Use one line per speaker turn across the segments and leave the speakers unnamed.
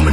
们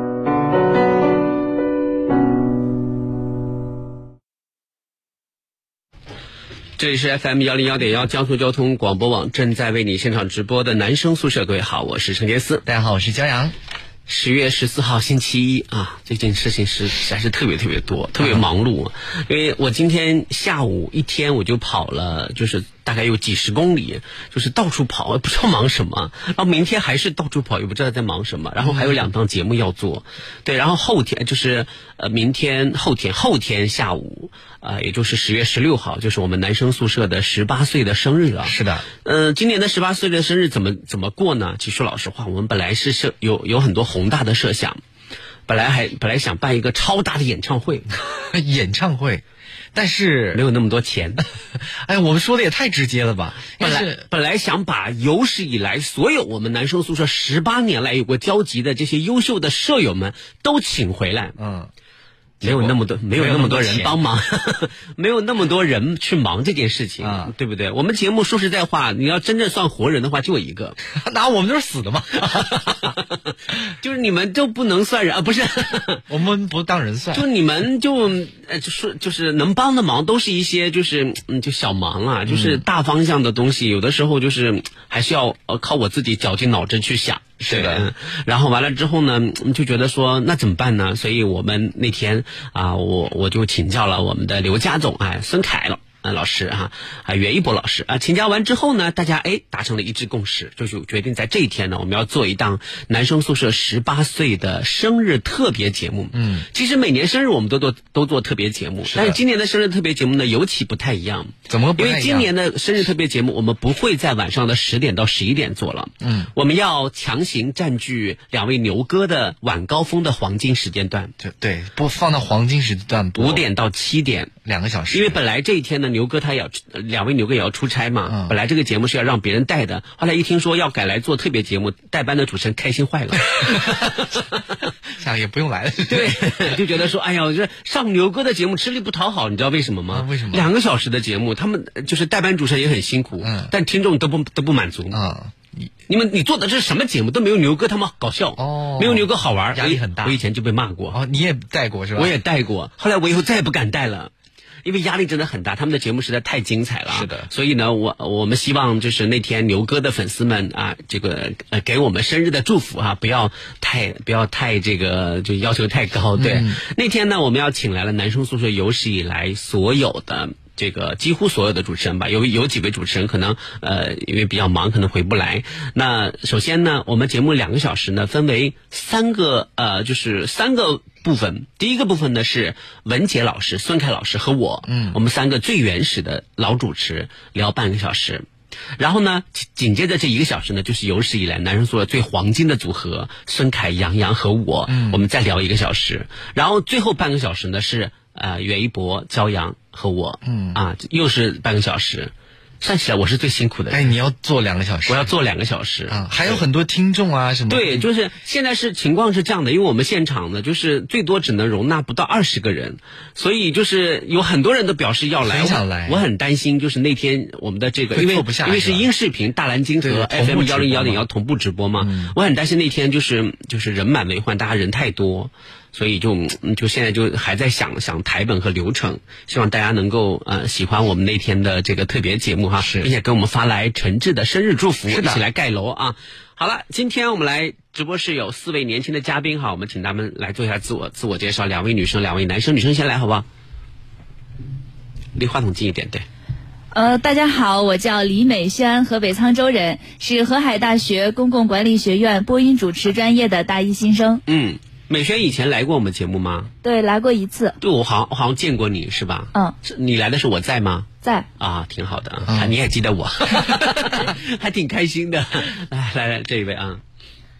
这里是 FM 幺零幺点幺江苏交通广播网正在为你现场直播的男生宿舍，各位好，我是陈杰斯，
大家好，我是骄阳。
十月十四号星期一啊，这件事情是还是特别特别多，特别忙碌、啊，因为我今天下午一天我就跑了，就是大概有几十公里，就是到处跑，不知道忙什么。然后明天还是到处跑，也不知道在忙什么。然后还有两档节目要做，对，然后后天就是呃，明天后天后天下午啊、呃，也就是十月十六号，就是我们男生宿舍的十八岁的生日啊。
是的，
呃，今年的十八岁的生日怎么怎么过呢？其实说老实话，我们本来是是有有很多。宏大的设想，本来还本来想办一个超大的演唱会，
演唱会，但是
没有那么多 钱。
哎，我们说的也太直接了吧？
本来本来想把有史以来所有我们男生宿舍十八年来有过交集的这些优秀的舍友们都请回来。
嗯。
没有那么多，没有那么多人帮忙， 没有那么多人去忙这件事情，
啊、
对不对？我们节目说实在话，你要真正算活人的话，就一个，
那我们就是死的嘛，
就是你们就不能算人啊，不是，
我们不当人算，
就你们就呃，就说就是能帮的忙，都是一些就是嗯，就小忙啊，就是大方向的东西，有的时候就是还是要呃靠我自己绞尽脑汁去想。
是的，
然后完了之后呢，就觉得说那怎么办呢？所以我们那天啊，我我就请教了我们的刘家总哎，孙凯了。啊，老师哈、啊，啊，袁一博老师啊，请教完之后呢，大家哎达成了一致共识，就是决定在这一天呢，我们要做一档男生宿舍十八岁的生日特别节目。
嗯，
其实每年生日我们都做都做特别节目，
是
但是今年的生日特别节目呢，尤其不太一样。
怎么不
一样？因为今年的生日特别节目，我们不会在晚上的十点到十一点做了。
嗯，
我们要强行占据两位牛哥的晚高峰的黄金时间段。
对对，不放到黄金时段，
五点到七点，
两个小时。
因为本来这一天呢。牛哥他也要，两位牛哥也要出差嘛。
嗯、
本来这个节目是要让别人带的，后来一听说要改来做特别节目，代班的主持人开心坏了，
想也不用来了。
对，就觉得说，哎呀，我这上牛哥的节目吃力不讨好，你知道为什么
啊、
吗？
为什么？
两个小时的节目，他们呃就是代班主持人也很辛苦，
嗯、
但听众都不都不满足
啊。 嗯
你们你做的这是什么节目都没有牛哥他们搞笑
哦，
没有牛哥好玩，哎
压力很大。
我以前就被骂过
哦，你也带过是吧？
我也带过，后来我以后再也不敢带了。因为压力真的很大，他们的节目实在太精彩了。啊
是的，
所以呢，我我们希望就是那天牛哥的粉丝们啊，这个呃给我们生日的祝福啊，不要太不要太这个就要求太高。对，
嗯、
那天呢，我们要请来了男生宿舍有史以来所有的。这个几乎所有的主持人吧，有有几位主持人可能呃因为比较忙，可能回不来。那首先呢，我们节目两个小时呢分为三个呃，就是三个部分。第一个部分呢是文杰老师、孙凯老师和我，
嗯，
我们三个最原始的老主持聊半个小时。然后呢，紧接着这一个小时呢，就是有史以来男生宿舍最黄金的组合孙凯、杨洋和我，
嗯
我们再聊一个小时。然后最后半个小时呢是。呃，袁一博、骄阳和我，
嗯
啊，又是半个小时，算起来我是最辛苦的人。
哎，你要做两个小时，
我要做两个小时
啊，还有很多听众啊什么。
对，就是现在是情况是这样的，因为我们现场呢，就是最多只能容纳不到二十个人，所以就是有很多人都表示要来，
很想来
我我很担心，就是那天我们的这个，
会
因为
坐不下
因为
是
是
吧
音视频大蓝鲸和
对同
FM
步
幺
直
零幺
播
点
嘛
幺啊同步直播嘛，
嗯
我很担心那天就是就是人满为患，大家人太多。所以就嗯就现在就还在想想台本和流程，希望大家能够呃喜欢我们那天的这个特别节目哈，
是
并且给我们发来诚挚的生日祝福，
是
一
的
起来盖楼啊！好了，今天我们来直播室有四位年轻的嘉宾哈，我们请他们来做一下自我自我介绍，两位女生，两位男生，女生先来好不好？离话筒近一点，对。
呃，大家好，我叫李美，西安河北沧州人，是河海大学公共管理学院播音主持专业的大一新生。
嗯，美萱以前来过我们节目吗？
对，来过一次，
对，我好像我好像见过你是吧？
嗯，
是你来的时候我在吗？
在。
啊，挺好的啊，
嗯
啊你也记得我，还挺开心的。来来来，这一位啊，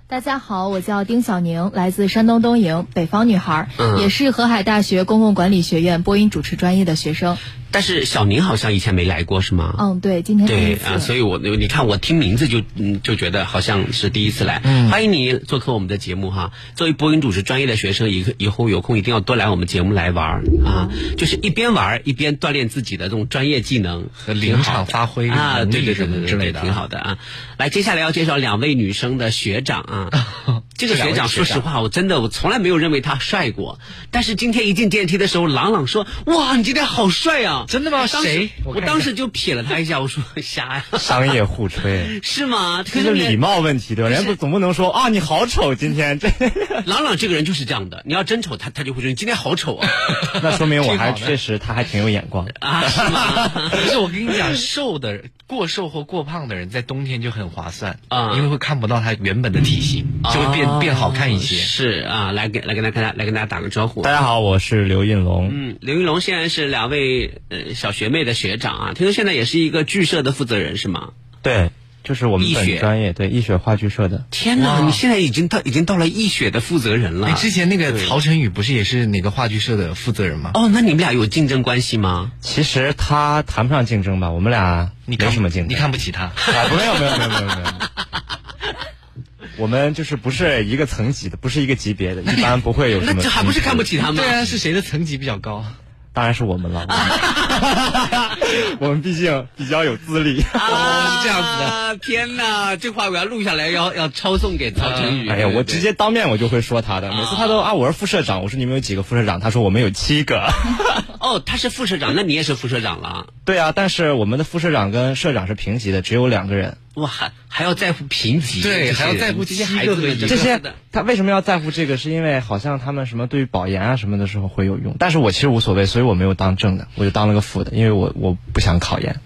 大家好，我叫丁小宁，来自山东东营，北方女孩，
嗯
也是河海大学公共管理学院播音主持专业的学生。
但是小宁好像以前没来过是吗？
嗯，对，今天
对
第一
啊，
次
所以我你看我听名字就嗯就觉得好像是第一次来，
嗯
欢迎你做客我们的节目哈。作为播音主持专业的学生，以后以后有空一定要多来我们节目来玩儿啊，就是一边玩儿一边锻炼自己的这种专业技能
和临场发挥
挺好的啊，
能
对
力
对
什
对
么
对
之类
对，
的啊
挺好的啊。来，接下来要介绍两位女生的学 长啊，这个学长说实话，我真的我从来没有认为他帅过，但是今天一进电梯的时候，朗朗说：“哇，你今天好帅啊！”
真的吗
我当时
谁我
我
看一下
当时就瞥了他一下， 我说：“ 瞎呀。”
商业互 吹，
是吗？
这
可
是
是
礼
你
貌问题对吧？人家不总不能说啊你好丑今天，这
朗朗这个人就是这样的，你要真丑，他他就会说你今天 好丑啊
那说明我还确实他还挺有眼光。
啊， 是吗？
不是，我跟你讲，瘦的过瘦或过胖的人在冬天就很划算
啊
因为会看不到他原本的体型，就会变、变好看一些。
哦是啊，来给来跟大家来跟大家打个招呼
大。家好，我是刘应龙。
嗯，刘云龙现在是两位呃小学妹的学长啊，听说现在也是一个剧社的负责人是吗？
对，就是我们
医学
本专业对医学话剧社的。
天哪，你现在已经到已经到了艺雪的负责人了
哎，之前那个曹晨宇不是也是哪个话剧社的负责人吗？
哦，那你们俩有竞争关系吗？
其实他谈不上竞争吧，我们俩
你
没
看
什么竞争。
你看不起他？
啊，没有没有没有没有没有。 我们就是不是一个层级的，不是一个级 别的，一般不会有
那
什么。
这还不是看不？起他吗
对？ 啊，是谁的层级比较高？
当然是 我们了。 我们毕竟比较有资历。
啊，
是这样子的
的。天哪，这话我要录下来，要要抄送给曹晨宇。
哎呀，
对
我直接当面我就会说他的，每次他都啊，我是副社长，我说你们有几个副社长？他说我们有七个。
哦，他是副社长，那你也是副社长了。
对啊，但是我们的副社长跟社长是平级的，只有两个人。
哇，还还要在乎评级，
对
这些
还要
人
在乎
这些
七
孩
个
子们
和一
真
这
的
些
是的
他为什么要在乎这个？是因为好像他们什么对于保研啊什么的时候会有用，但是我其实无所谓，所以我没有当正的，我就当了个副的，因为我我不想 考研，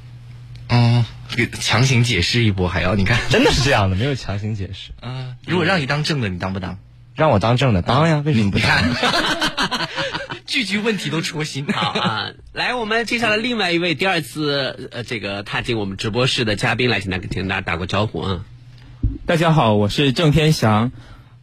嗯，给强行解释一波还要你看。
真的是这样的，没有强行解释。
啊，如果让你当正的，你当不当？
让我当正的，当呀，为什么不
你
当？
看， 句句问题都戳心
好啊，来，我们接下来另外一位第二次呃这个踏进我们直播室的嘉宾来，请他请大家打个招呼啊。
大家好，我是郑天祥，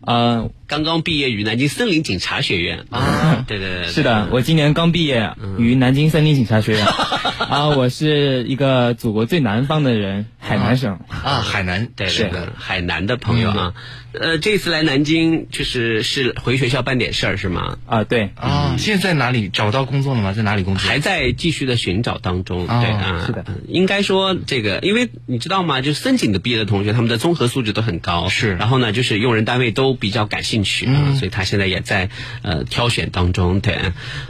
呃，
刚刚毕业于南京森林警察学院啊，对对对，对
是的，我今年刚毕业
嗯
于南京森林警察学 院，啊，我是一个祖国最南方的人，海南省，
嗯
啊！海南
对
是
对对
的，，
海南的朋友啊，
嗯
呃，这次来南京就是是回学校办点事儿是吗？
啊，对，
啊，现在在哪里找到工作了吗？在哪里工作？
还在继续的寻找当中，
哦
对啊，
是的，
应该说这个，因为你知道吗？就森警的毕业的同学，他们的综合素质都很高，
是嗯
然后呢，就是用人单位都比较感兴趣，啊，所以他现在也在呃挑选当中，对。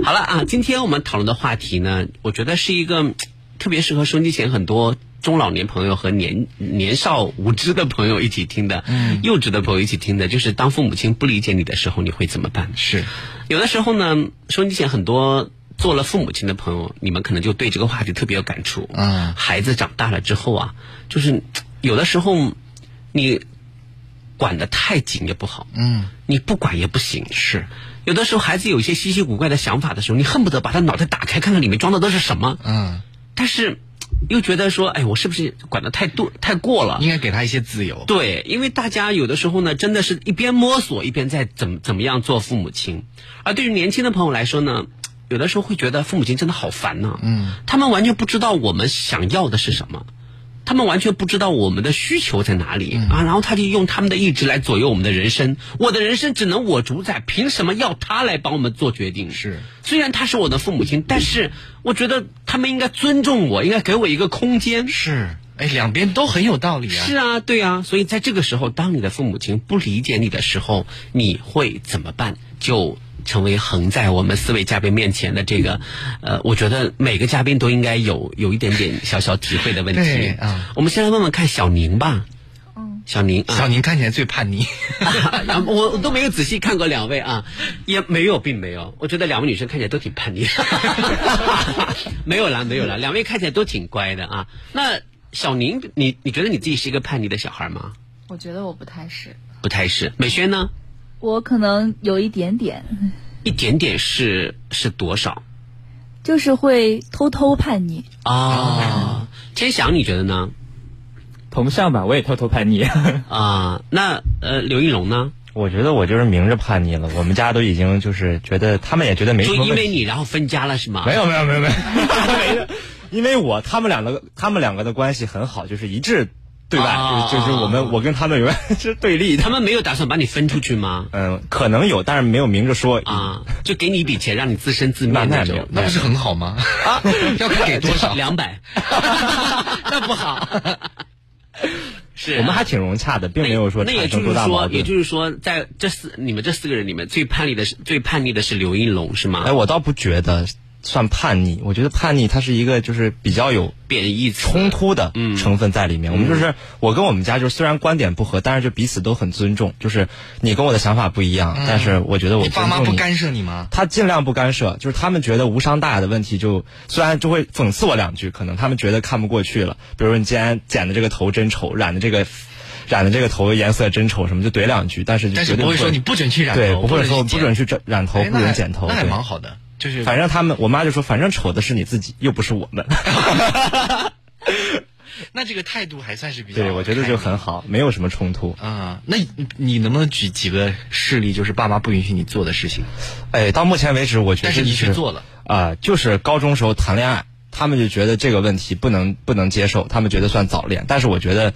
好了啊，今天我们讨论的话题呢，我觉得是一个嗯特别适合收音机前很多。中老年朋友和年年少无知的朋友一起听的，
嗯
幼稚的朋友一起听的，就是当父母亲不理解你的时候，你会怎么办？
是
有的时候呢，收音机前很多做了父母亲的朋友，你们可能就对这个话题特别有感触。
嗯
孩子长大了之后啊，就是嘖有的时候你管得太紧也不好，
嗯，
你不管也不行。
是，
有的时候孩子有一些稀奇古怪的想法的时候，你恨不得把他脑袋打开看看里面装的都是什么，
嗯，
但是嘖又觉得说，哎，我是不是管得太多太过了？
应该给他一些自由。
对，因为大家有的时候呢，真的是一边摸索一边在怎么怎么样做父母亲，而对于年轻的朋友来说呢，有的时候会觉得父母亲真的好烦呐、嗯，他们完全不知道我们想要的是什么。他们完全不知道我们的需求在哪里、啊，然后他就用他们的意志来左右我们的人生。我的人生只能我主宰，凭什么要他来帮我们做决定？
是，
虽然他是我的父母亲，但是我觉得他们应该尊重我，应该给我一个空间。
是，哎，两边都很有道理啊。
是啊，对啊，所以在这个时候，当你的父母亲不理解你的时候，你会怎么办？就成为横在我们四位嘉宾面前的这个，呃，我觉得每个嘉宾都应该有有一点点小小体会的 问
对
题。
啊，
我们先来问问看小宁吧。嗯，小宁啊，
小宁看起来最叛逆，
啊 我我都没有仔细看过两位啊，也没有，并没有。我觉得两位女生看起来都挺叛逆 的，没有啦，没有啦，两位看起来都挺乖的啊。那小宁，你你觉得你自己是一个叛逆的小孩吗？
我觉得我不太是，
不太是。美萱呢？
我可能有一点点，
一点点是是多少
就是会偷偷叛逆。
啊？天翔，你觉得呢？
同上吧，我也偷偷叛逆，
啊，那呃，刘一龙呢？
我觉得我就是明着叛逆了，我们家都已经就是觉得他们也觉得没什
就
么
因
问
为
题。
你然后分家了是吗？
没有没有没有没有，没 有 因为我他们两个他们两个的关系很好，就是一致对外，
啊
就是就是我们我跟他们永远是对立的
他。们没有打算把你分出去吗？
嗯，可能有，但是没有明着说。
啊，就给你一笔钱让你自生自
那
灭
那也没有
种，，
那不是很好吗？要看给多少？
两百，那不好。 是啊
我们还挺融洽的，并没有说
那也
产
就
生多
是
大矛
说，
盾。
也就是说，在这四你们这四个人里面，最叛逆的是最叛逆的是刘应龙是吗？
哎，我倒不觉得算叛逆，我觉得叛逆它是一个就是比较有
贬义词
冲突的成分在里面。我们就是我跟我们家就是虽然观点不合，但是就彼此都很尊重。就是你跟我的想法不一样，但是我觉得
嗯
我
你爸妈
尊重
不
你
干涉你吗？
他尽量不干涉，就是他们觉得无伤大雅的问题就，虽然就会讽刺我两句，可能他们觉得看不过去了。比如说你今天剪的这个头真丑，染的这个染的这个头颜色真丑，什么就怼两句，但是就
但是
绝对
不会
不
说你不准去染头，
对，不会
准
说
去
不
剪
准去染头，
哎
不
那
准
还
剪头，
那还
对
蛮好的，就是
反正他们，我妈就说，反正丑的是你自己，又不是我们。
那这个态度还算是比较，
对，我觉得就很。好，没有什么冲突。
啊、那你你能不能举几个事例，就是爸妈不允许你做的事情？
哎，到目前为止，我觉得、
但是
是
你却做了
啊、就是高中时候谈恋爱，他们就觉得这个问题不能不能接受，他们觉得算早恋，但是我觉得。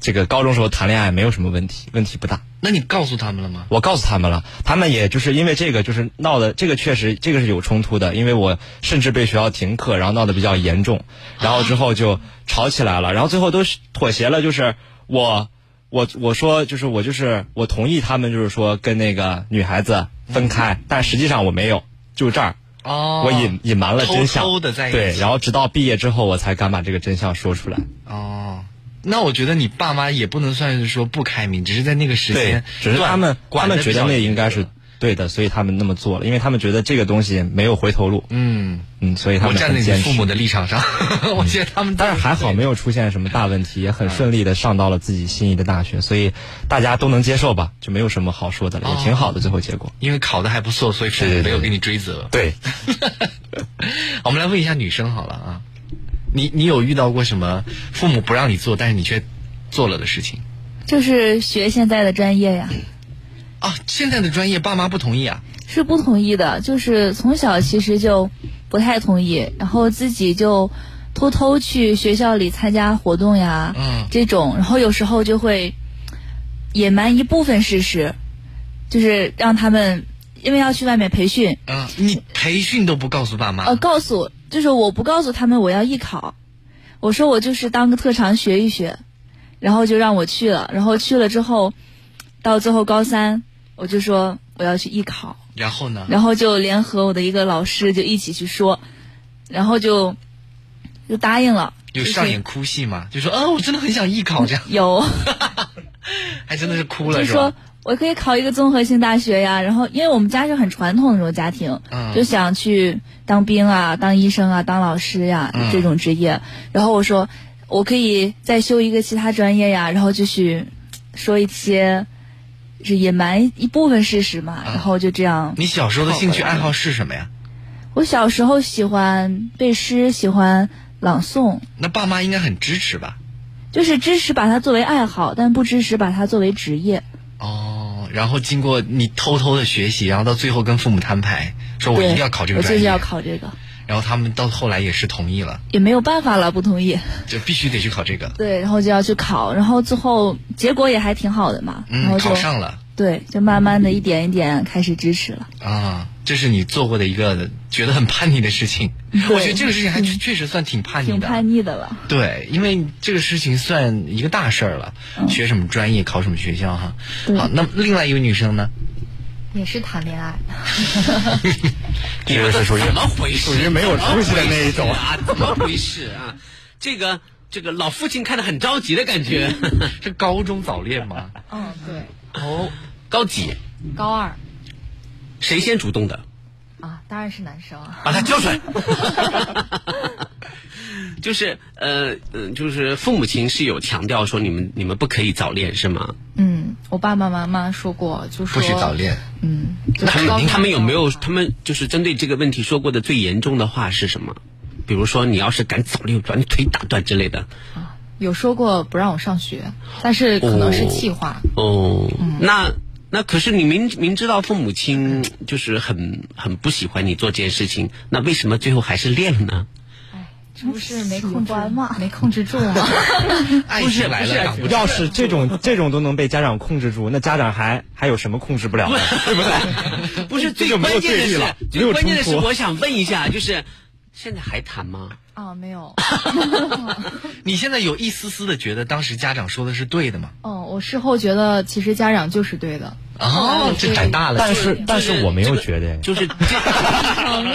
这个高中时候谈恋爱没有什么问题，问题不大。
那你告诉他们了吗？
我告诉他们了，他们也就是因为这个，就是闹的，这个确实这个是有冲突的，因为我甚至被学校停课，然后闹得比较严重，然后之后就吵起来了，然后最后都是妥协了，就是我我我说就是我就是我同意他们就是说跟那个女孩子分开，但实际上我没有，就这儿。
哦
我隐隐瞒了真相，
偷偷地在一起
对，然后直到毕业之后，我才敢把这个真相说出来。
哦，那我觉得你爸妈也不能算是说不开明，只是在那个时
对
间，
只是
段
他们他
管
们
得
觉
比
得
较
那
严
应该
格
是对的，所以他们那么做了，因为他们觉得这个东西没有回头路。
嗯，
嗯，所以他
我
们
站在
很
你
坚
父
持。嗯
母的立 场上，我觉得他们都
但是还
对
好没有出现什么大问题，也很顺利的上到了自己心仪的大学，所以大家都能接受吧，就没有什么好说的了，也挺
哦
好的最后结果。
因为考的还不错，所以父母
对对
没
对
有给你追责。
对，
我们来问一下女生好了啊，你你有遇到过什么父母不让你做，但是你却做了的事情
就是学现在的专业呀，
啊？现在的专业爸妈不同意啊？
是不同意的，就是从小其实就不太同意，然后自己就偷偷去学校里参加活动呀，
嗯
这种，然后有时候就会隐瞒一部分事实，就是让他们因为要去外面培训，
啊，你培训都不告诉爸妈？
呃，告诉就是我不告诉他们我要艺考，我说我就是当个特长学一学，然后就让我去了，然后去了之后，到最后高三我就说我要去艺考，
然后呢？
然后就联合我的一个老师就一起去说，然后就就答应了，
有
就是
上演哭戏吗？就说啊，我真的很想艺考，这样
有。
还真的是哭
就
了
是
是吧
说？我可以考一个综合性大学呀，然后因为我们家是很传统的那种家庭，
嗯
就想去当兵啊、当医生啊、当老师呀、
嗯
这种职业。然后我说我可以再修一个其他专业呀，然后就去说一些是隐瞒一部分事实嘛，
嗯
然后就这样。
你小时候的兴趣爱好是什么呀？
我小时候喜欢背诗，喜欢朗诵，
那爸妈应该很支持吧？
就是支持把它作为爱好，但不支持把它作为职业。
哦，然后经过你偷偷的学习，然后到最后跟父母摊牌，说我一
对，
定要考这个
我就
专
是
业，
要考这个，
然后他们到后来也是同意了，
也没有办法了，不同意。
就必须得去考这个，
对，然后就要去考，然后最后结果也还挺好的嘛，然
嗯，
后就
考上了
对，就慢慢的一点一点开始支持了。
啊，这是你做过的一个觉得很叛逆的事情，我觉得这个事情还确
嗯
确实算挺叛逆
挺
的，
叛逆的了，
对，因为这个事情算一个大事儿了，学什么专业，考什么学校哈。
嗯对
好，那另外一个女生呢？
也是谈恋爱，
你 们是怎么回事？属于
没有出息的那一种
啊？怎么回事啊？这个这个老父亲看得很着急的感觉，
是高中早恋吗？
嗯，对，
哦，
高级，
高二
谁先主动的？
啊，当然是男生啊，
把他交出来。就是呃嗯，就是父母亲是有强调说你们你们不可以早恋是吗？
嗯，我爸爸妈妈说过，就说
不许早，恋，
嗯，就
他
是高
们
中
他们有没有
的话
他们就是针对这个问题说过的最严重的话是什么？比如说你要是敢早恋，把你腿打断之类的。
哦
有说过不让我上学，但是可能是气话，
哦，那那可是你明明知道父母亲就是很很不喜欢你做这件事情，那为什么最后还是练了呢？
这不是没控关吗？
没控制住 吗？
爱情来了，挡不住
要是这种 这种都能被家长控制住，那家长还还有什么控制不了的？ 对不 对？
不是
这
最
就没有
关键的
对立
是
了，，没
最
有
关键的是，
冲突
我想问一下，就是现在还谈吗？
啊，没有。
你现在有一丝丝的觉得当时家长说的是对的吗？
哦，我事后觉得其实家长就是对的。
哦，这长大了，
但是但
就是
我没有觉得。
就是 这，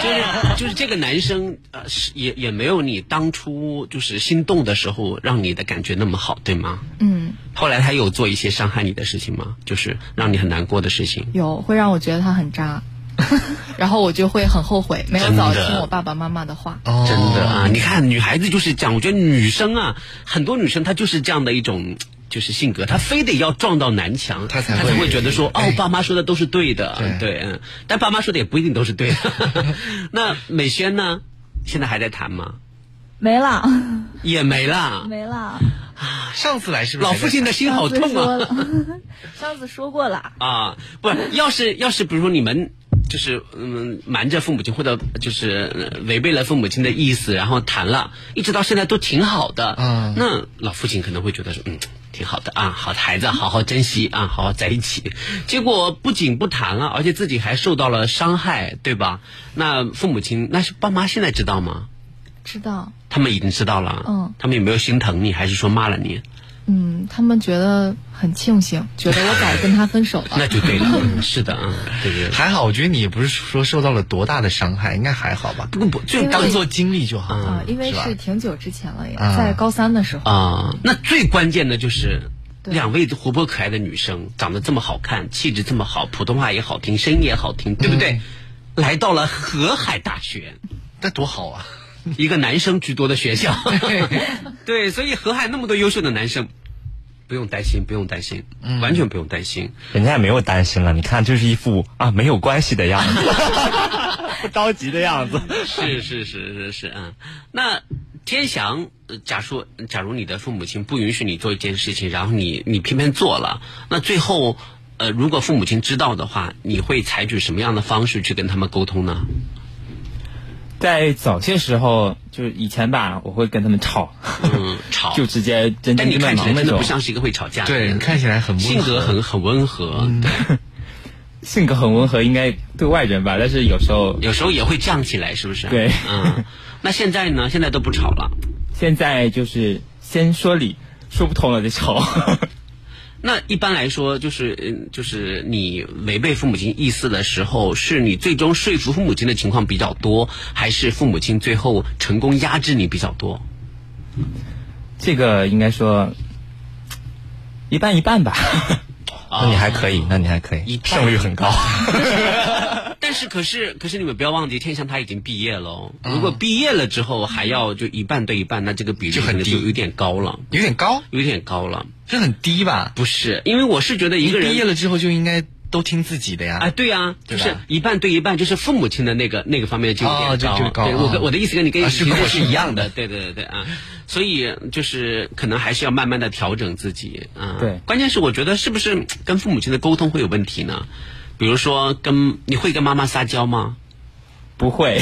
就是就是这个男生，呃，是也也没有你当初就是心动的时候让你的感觉那么好，对吗？
嗯，
后来他有做一些伤害你的事情吗？就是让你很难过的事情。
有会让我觉得他很渣， 然后我就会很后悔没有早
真的
听我爸爸妈妈的话。
哦
真的啊，你看女孩子就是这样，我觉得女生啊，很多女生她就是这样的一种。就是性格，她非得要撞到南墙，
她才
她才
会
会觉得说，哦，
哎
爸妈说的都是对的，
对
嗯，但爸妈说的也不一定都是 对的。 那美萱呢？现在还在谈吗？
没了，
也没啦。
没了。
上次来是不是
老父亲的心好
上次
痛
说
啊！
了，上次说过了，
啊，不是，要是要是比如说你们就是嗯瞒着父母亲或者就是呃违背了父母亲的意思，然后谈了，一直到现在都挺好的，
嗯
那老父亲可能会觉得说嗯挺好的啊，好孩子，好好珍惜啊，好好在一起。结果不仅不谈了，而且自己还受到了伤害，对吧？那父母亲那是爸妈现在知道吗？
知道，
他们已经知道了，
嗯，
他们有没有心疼你，还是说骂了你？
嗯，他们觉得很庆幸，觉得我早跟他分手了。
那就对了，嗯是的啊，对对对。
还好，我觉得你也不是说受到了多大的伤害，应该还好吧？
不不，就
因为
当
当
做
做经历就好
嗯
了。
啊，因为
是吧
是挺久之前了，也
啊
在高三的时候。
啊、那最关键的就是。
对
两位活泼可爱的女生，长得这么好看，气质这么好，普通话也好听，声音也好听，对不对？来到了河海大学，
那多好啊！
一个男生居多的学校。对，所以河海那么多优秀的男生，不用担心，不用担心，完全不用担心。
人家也没有担心了，你看，就是一副啊没有关系的样子， 不着急的样子。
是是是是是啊。那天翔，呃假说假如你的父母亲不允许你做一件事情，然后你你偏偏做了，那最后呃，如果父母亲知道的话，你会采取什么样的方式去跟他们沟通呢？
在早些时候，就是以前吧，我会跟他们吵，
嗯，吵。
就直接针
但
尖
你
对麦
看
芒
起来
那
真的
种
不，像是一个会吵架的
对
人，
你看起来很温和嗯
性格很很温和，对，
性格很温和，应该对外人吧，但是有时候
有时候也会犟起来，是不是？
对
嗯。那现在呢？现在都不吵了。
现在就是先说理，说不通了再吵。
那一般来说，就是嗯，就是你违背父母亲意思的时候，是你最终说服父母亲的情况比较多，还是父母亲最后成功压制你比较多？
这个应该说一半一半吧。
那你还可以，那你还可
啊一
以，
半
胜率很高。
但是，可是，可是你们不要忘记，天翔他已经毕业了。
嗯
如果毕业了之后还要就一半对一半，那这个比例
就很
可能就
低
有点高了，
有点高，
有点高了。
这很低吧？
不是，因为我是觉得一
你
个人
毕业了之后就应该都听自己的呀。
啊，对呀，就
对
是
吧
一半对一半，就是父母亲的那个那个方面就有
哦
点
就就高
对我跟
啊
我的意思跟你跟
啊
你
是
提的
跟我
是
是
一
一
样
样
的，对对对对啊，所以就是可能还是要慢慢的调整自己啊。
对
关键是我觉得是不是跟父母亲的沟通会有问题呢？比如说跟你会跟妈妈撒娇吗？
不会，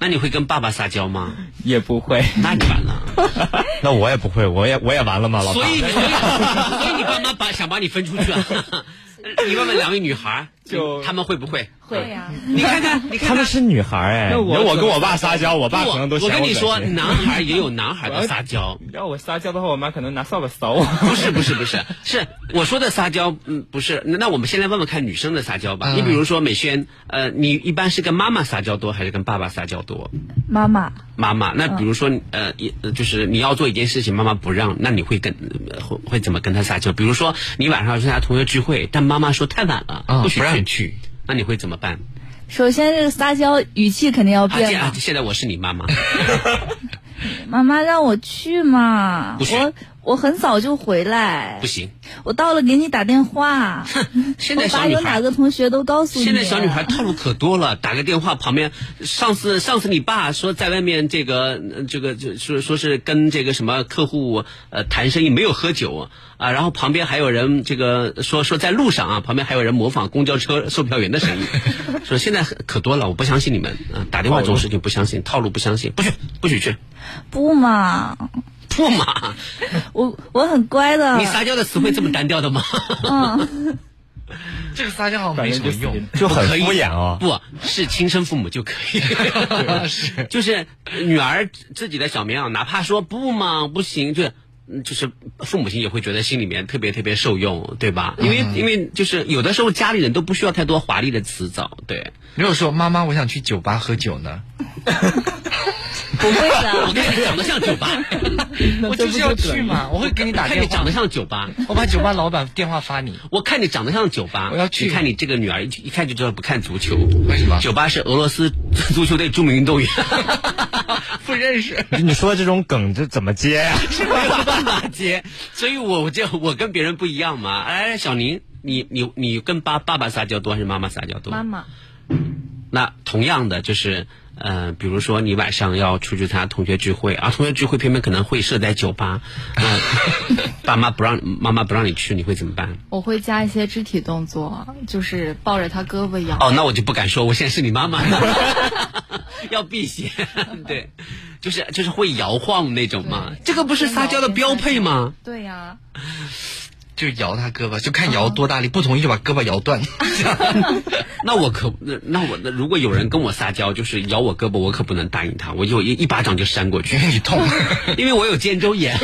那你会跟爸爸撒娇吗？
也不会。
那你完了，
那我也不会，我也我也完了 吗，老爸？
所 以你所以你爸妈把想把你分出去啊。 你问问两位女孩儿，嗯
就
他们会不会？
嗯会啊呀、
嗯
你看看，你看看
他们是女孩哎，
那
你
我
看我
怎么
跟我爸撒娇，我爸可能都
我
嫌
跟你
恶
说，
心
男孩也有男孩的撒娇。
你要我撒娇的话，我妈可能拿扫把扫我。
不是不是不是，是我说的撒娇，嗯，不是。那那我们先来问问看女生的撒娇吧。
嗯
你比如说美萱，呃，你一般是跟妈妈撒娇多，还是跟爸爸撒娇多？
妈妈
妈妈，那比如说，呃，一呃就是你要做一件事情，妈妈不让，那你会跟呃会会怎么跟她撒娇？比如说你晚上要参加同学聚会，但妈妈说太晚了，
啊
不许
不让
去
你去，
那你会怎么办？
首先这个撒娇语气肯定要
啊，这
变
啊
嘛，
现在我是你妈妈，
妈妈让我去嘛，
不去
我我很早就回来
不，行，
我到了给你打电话，
现在
我
小
把
女
有
孩
哪个同学都告诉你。
现在小女孩套路可多了，打个电话旁边，上次上次你爸说在外面这个呃这个就说说是跟这个什么客户呃谈生意没有喝酒啊，然后旁边还有人这个说说在路上啊，旁边还有人模仿公交车售票员的声音，说现在可多了，我不相信你们啊，打电话这种事情不相信，套路不相信，不许不许去，
不嘛，
不嘛，
我我很乖的
你。撒娇的词汇这么单调的吗？
嗯，
这个撒娇好像
反
没
正
什么
就死
用
定。
就很
可以啊
敷衍哦。
不是亲生父母就可以，是就是女儿自己的小棉袄，哪怕说不嘛不行，就是嗯就是父母亲也会觉得心里面特别特别受用，对吧？因为、因为就是有的时候家里人都不需要太多华丽的辞藻，对。
如果说妈妈，我想去酒吧喝酒呢，
不会
我
的，
看你长得像酒吧，
我就是要去嘛，我会给你打
看
电
你长
话
得，像酒吧。
我把酒吧老板电话发你。
我看你长得像酒吧，
我要去
你看你这个女儿一一看就知道不看足球，
为什么
酒吧是俄罗斯足球队著名运动员，
不认识，
你说的这种梗这怎么接呀、
是没有办法接，所以我就我跟别人不一样嘛。哎，小宁，你你你跟爸爸爸撒娇多还是妈妈撒娇多？
妈。妈，
那同样的就是。呃，比如说你晚上要出去参加同学聚会啊，同学聚会偏偏可能会设在酒 吧，呃爸妈不让妈妈不让你去，你会怎么办？
我会加一些肢体动作，就是抱着他胳膊摇。
哦，那我就不敢说，我现在是你妈 妈，要避嫌。对，就是就是会摇晃那种嘛
对，
这个不是撒娇的标配吗？
对呀、
就摇他胳膊，就看摇多大力，不同意就把胳膊摇断。
那我可那那我那如果有人跟我撒娇，就是摇我胳膊，我可不能答应他，我就一一巴掌就扇过去，
你痛，
因为我有肩周 炎，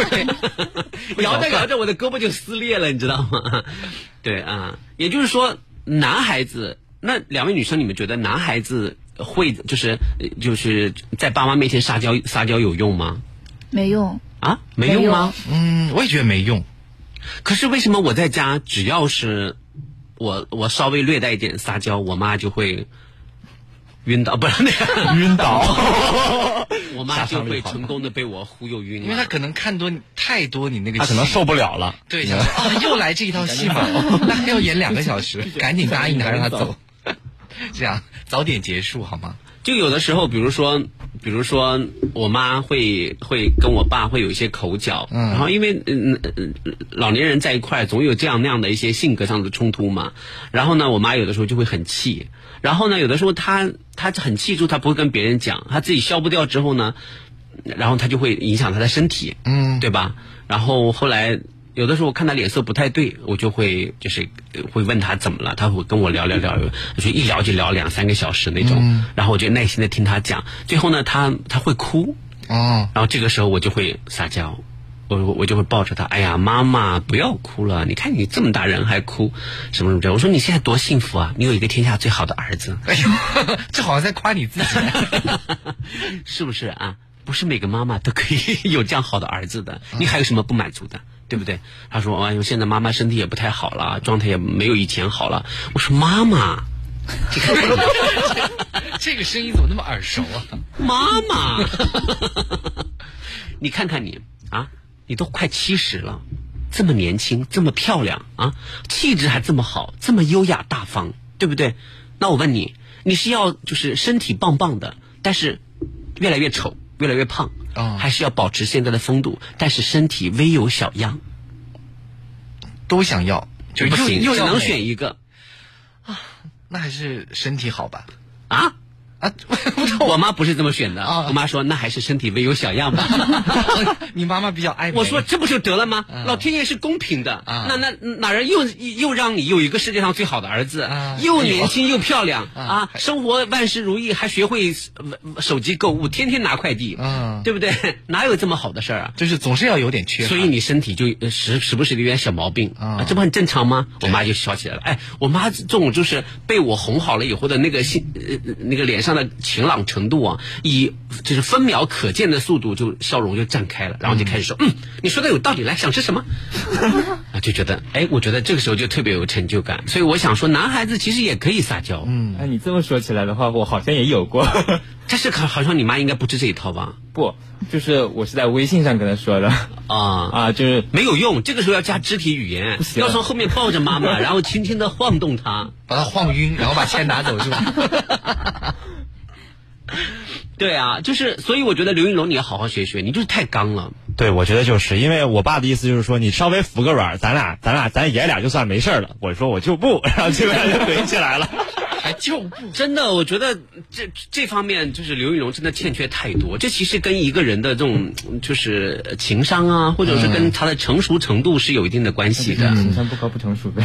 摇
摇着
断
摇着我的胳膊就撕裂了，你知道吗？ 对啊，也就是说，男孩子，那两位女生，你们觉得男孩子会就是呃就是在爸妈面前撒娇撒娇有用吗？
没用。
啊，没用吗？
嗯，我也觉得没用。
可是为什么我在家只要是我我稍微略带一点撒娇，我妈就会晕倒，不是那样，
晕倒，
我妈就会成功的被我忽悠晕了。
因为他可能看多你太多你那个戏，
他啊 可能受不了了。
对，想说啊又来这一套戏嘛，那还要演两个小时，赶紧答应他让他走， 这样早点结束好吗？
就有的时候，比如说，比如说，我妈会会跟我爸会有一些口角，
嗯
然后因为嗯、嗯嗯老年人在一块儿总有这样那样的一些性格上的冲突嘛，然后呢，我妈有的时候就会很气，然后呢，有的时候她她很气之后，她不会跟别人讲，她自己消不掉之后呢，然后她就会影响她的身体，
嗯
对吧？然后后来。有的时候我看她脸色不太对，我就会就是呃会问她怎么了，她会跟我聊聊聊，就一聊就聊两三个小时那种。然后我就耐心的听她讲，最后呢，她她会哭，
哦，
然后这个时候我就会撒娇，我我我就会抱着她，哎呀，妈妈不要哭了，你看你这么大人还哭，什么什么的。我说你现在多幸福啊，你有一个天下最好的儿子，
哎呦， 这好像在夸你自己。
是不是啊？不是每个妈妈都可以有这样好的儿子的，你还有什么不满足的？对不对？她说：“哎呦，现在妈妈身体也不太好了，状态也没有以前好了。”我说：“妈妈，
这个声音怎么那么耳熟啊？
妈妈， 你看看你啊，你都快七十了，这么年轻，这么漂亮啊，气质还这么好，这么优雅大方，对不对？那我问你，你是要就是身体棒棒的，但是越来越丑，越来越胖，
哦
还是要保持现在的风度，但是身体微有小恙？
都想要，就
不
又
行，
又
只
要
能
美
选，一个
那还是身体好吧？
啊。
啊，
我妈不是这么选的，
哦
我妈说那还是身体微有小恙吧。
你妈妈比较爱美
我说这不就得了吗？
嗯
老天爷是公平的，
啊
那那哪人又又让你有一个世界上最好的儿子，
啊
又年轻又漂亮
啊
啊，生活万事如意，还学会呃手机购物，天天拿快递，
嗯
对不 对？哪有这么好的事儿啊？
就是总是要有点缺乏，
所以你身体就呃时时不时的有点小毛病
啊
这不很正常吗？我妈就笑起来了。哎，我妈这种就是被我哄好了以后的那个心呃那个脸上的晴朗程度啊，以就是分秒可 见的速度就笑容就绽开了，然后就开始说，嗯，你说的有道理，来想吃什么？啊啊，就觉得，哎，我觉得这个时候就特别有成就感。所以我想说，男孩子其实也可以撒娇，嗯，
啊，你这么说起来的话，我好像也有过，
但是好好像你妈应该不吃这一套吧？
不，就是我是在微信上跟他说的，
啊，
啊，就是
没有用，这个时候要加肢体语言，
行
要从后面抱着妈妈，然后轻轻的晃动她。
把他晃晕，然后把钱拿走是吧？
对啊，就是，所以我觉得刘云龙你要好好学学，你就是太刚了。
对，我觉得就是因为我爸的意思就是说，你稍微服个软儿，咱俩咱俩咱爷俩就算没事儿了。我说我就不，然后基本上就怼起来了。
还哎就不真的，我觉得这这方面就是刘云龙真的欠缺太多。这其实跟一个人的这种就是情商啊，或者是跟他的成熟程度是有一定的关系的。
嗯
情商不高不成熟呗。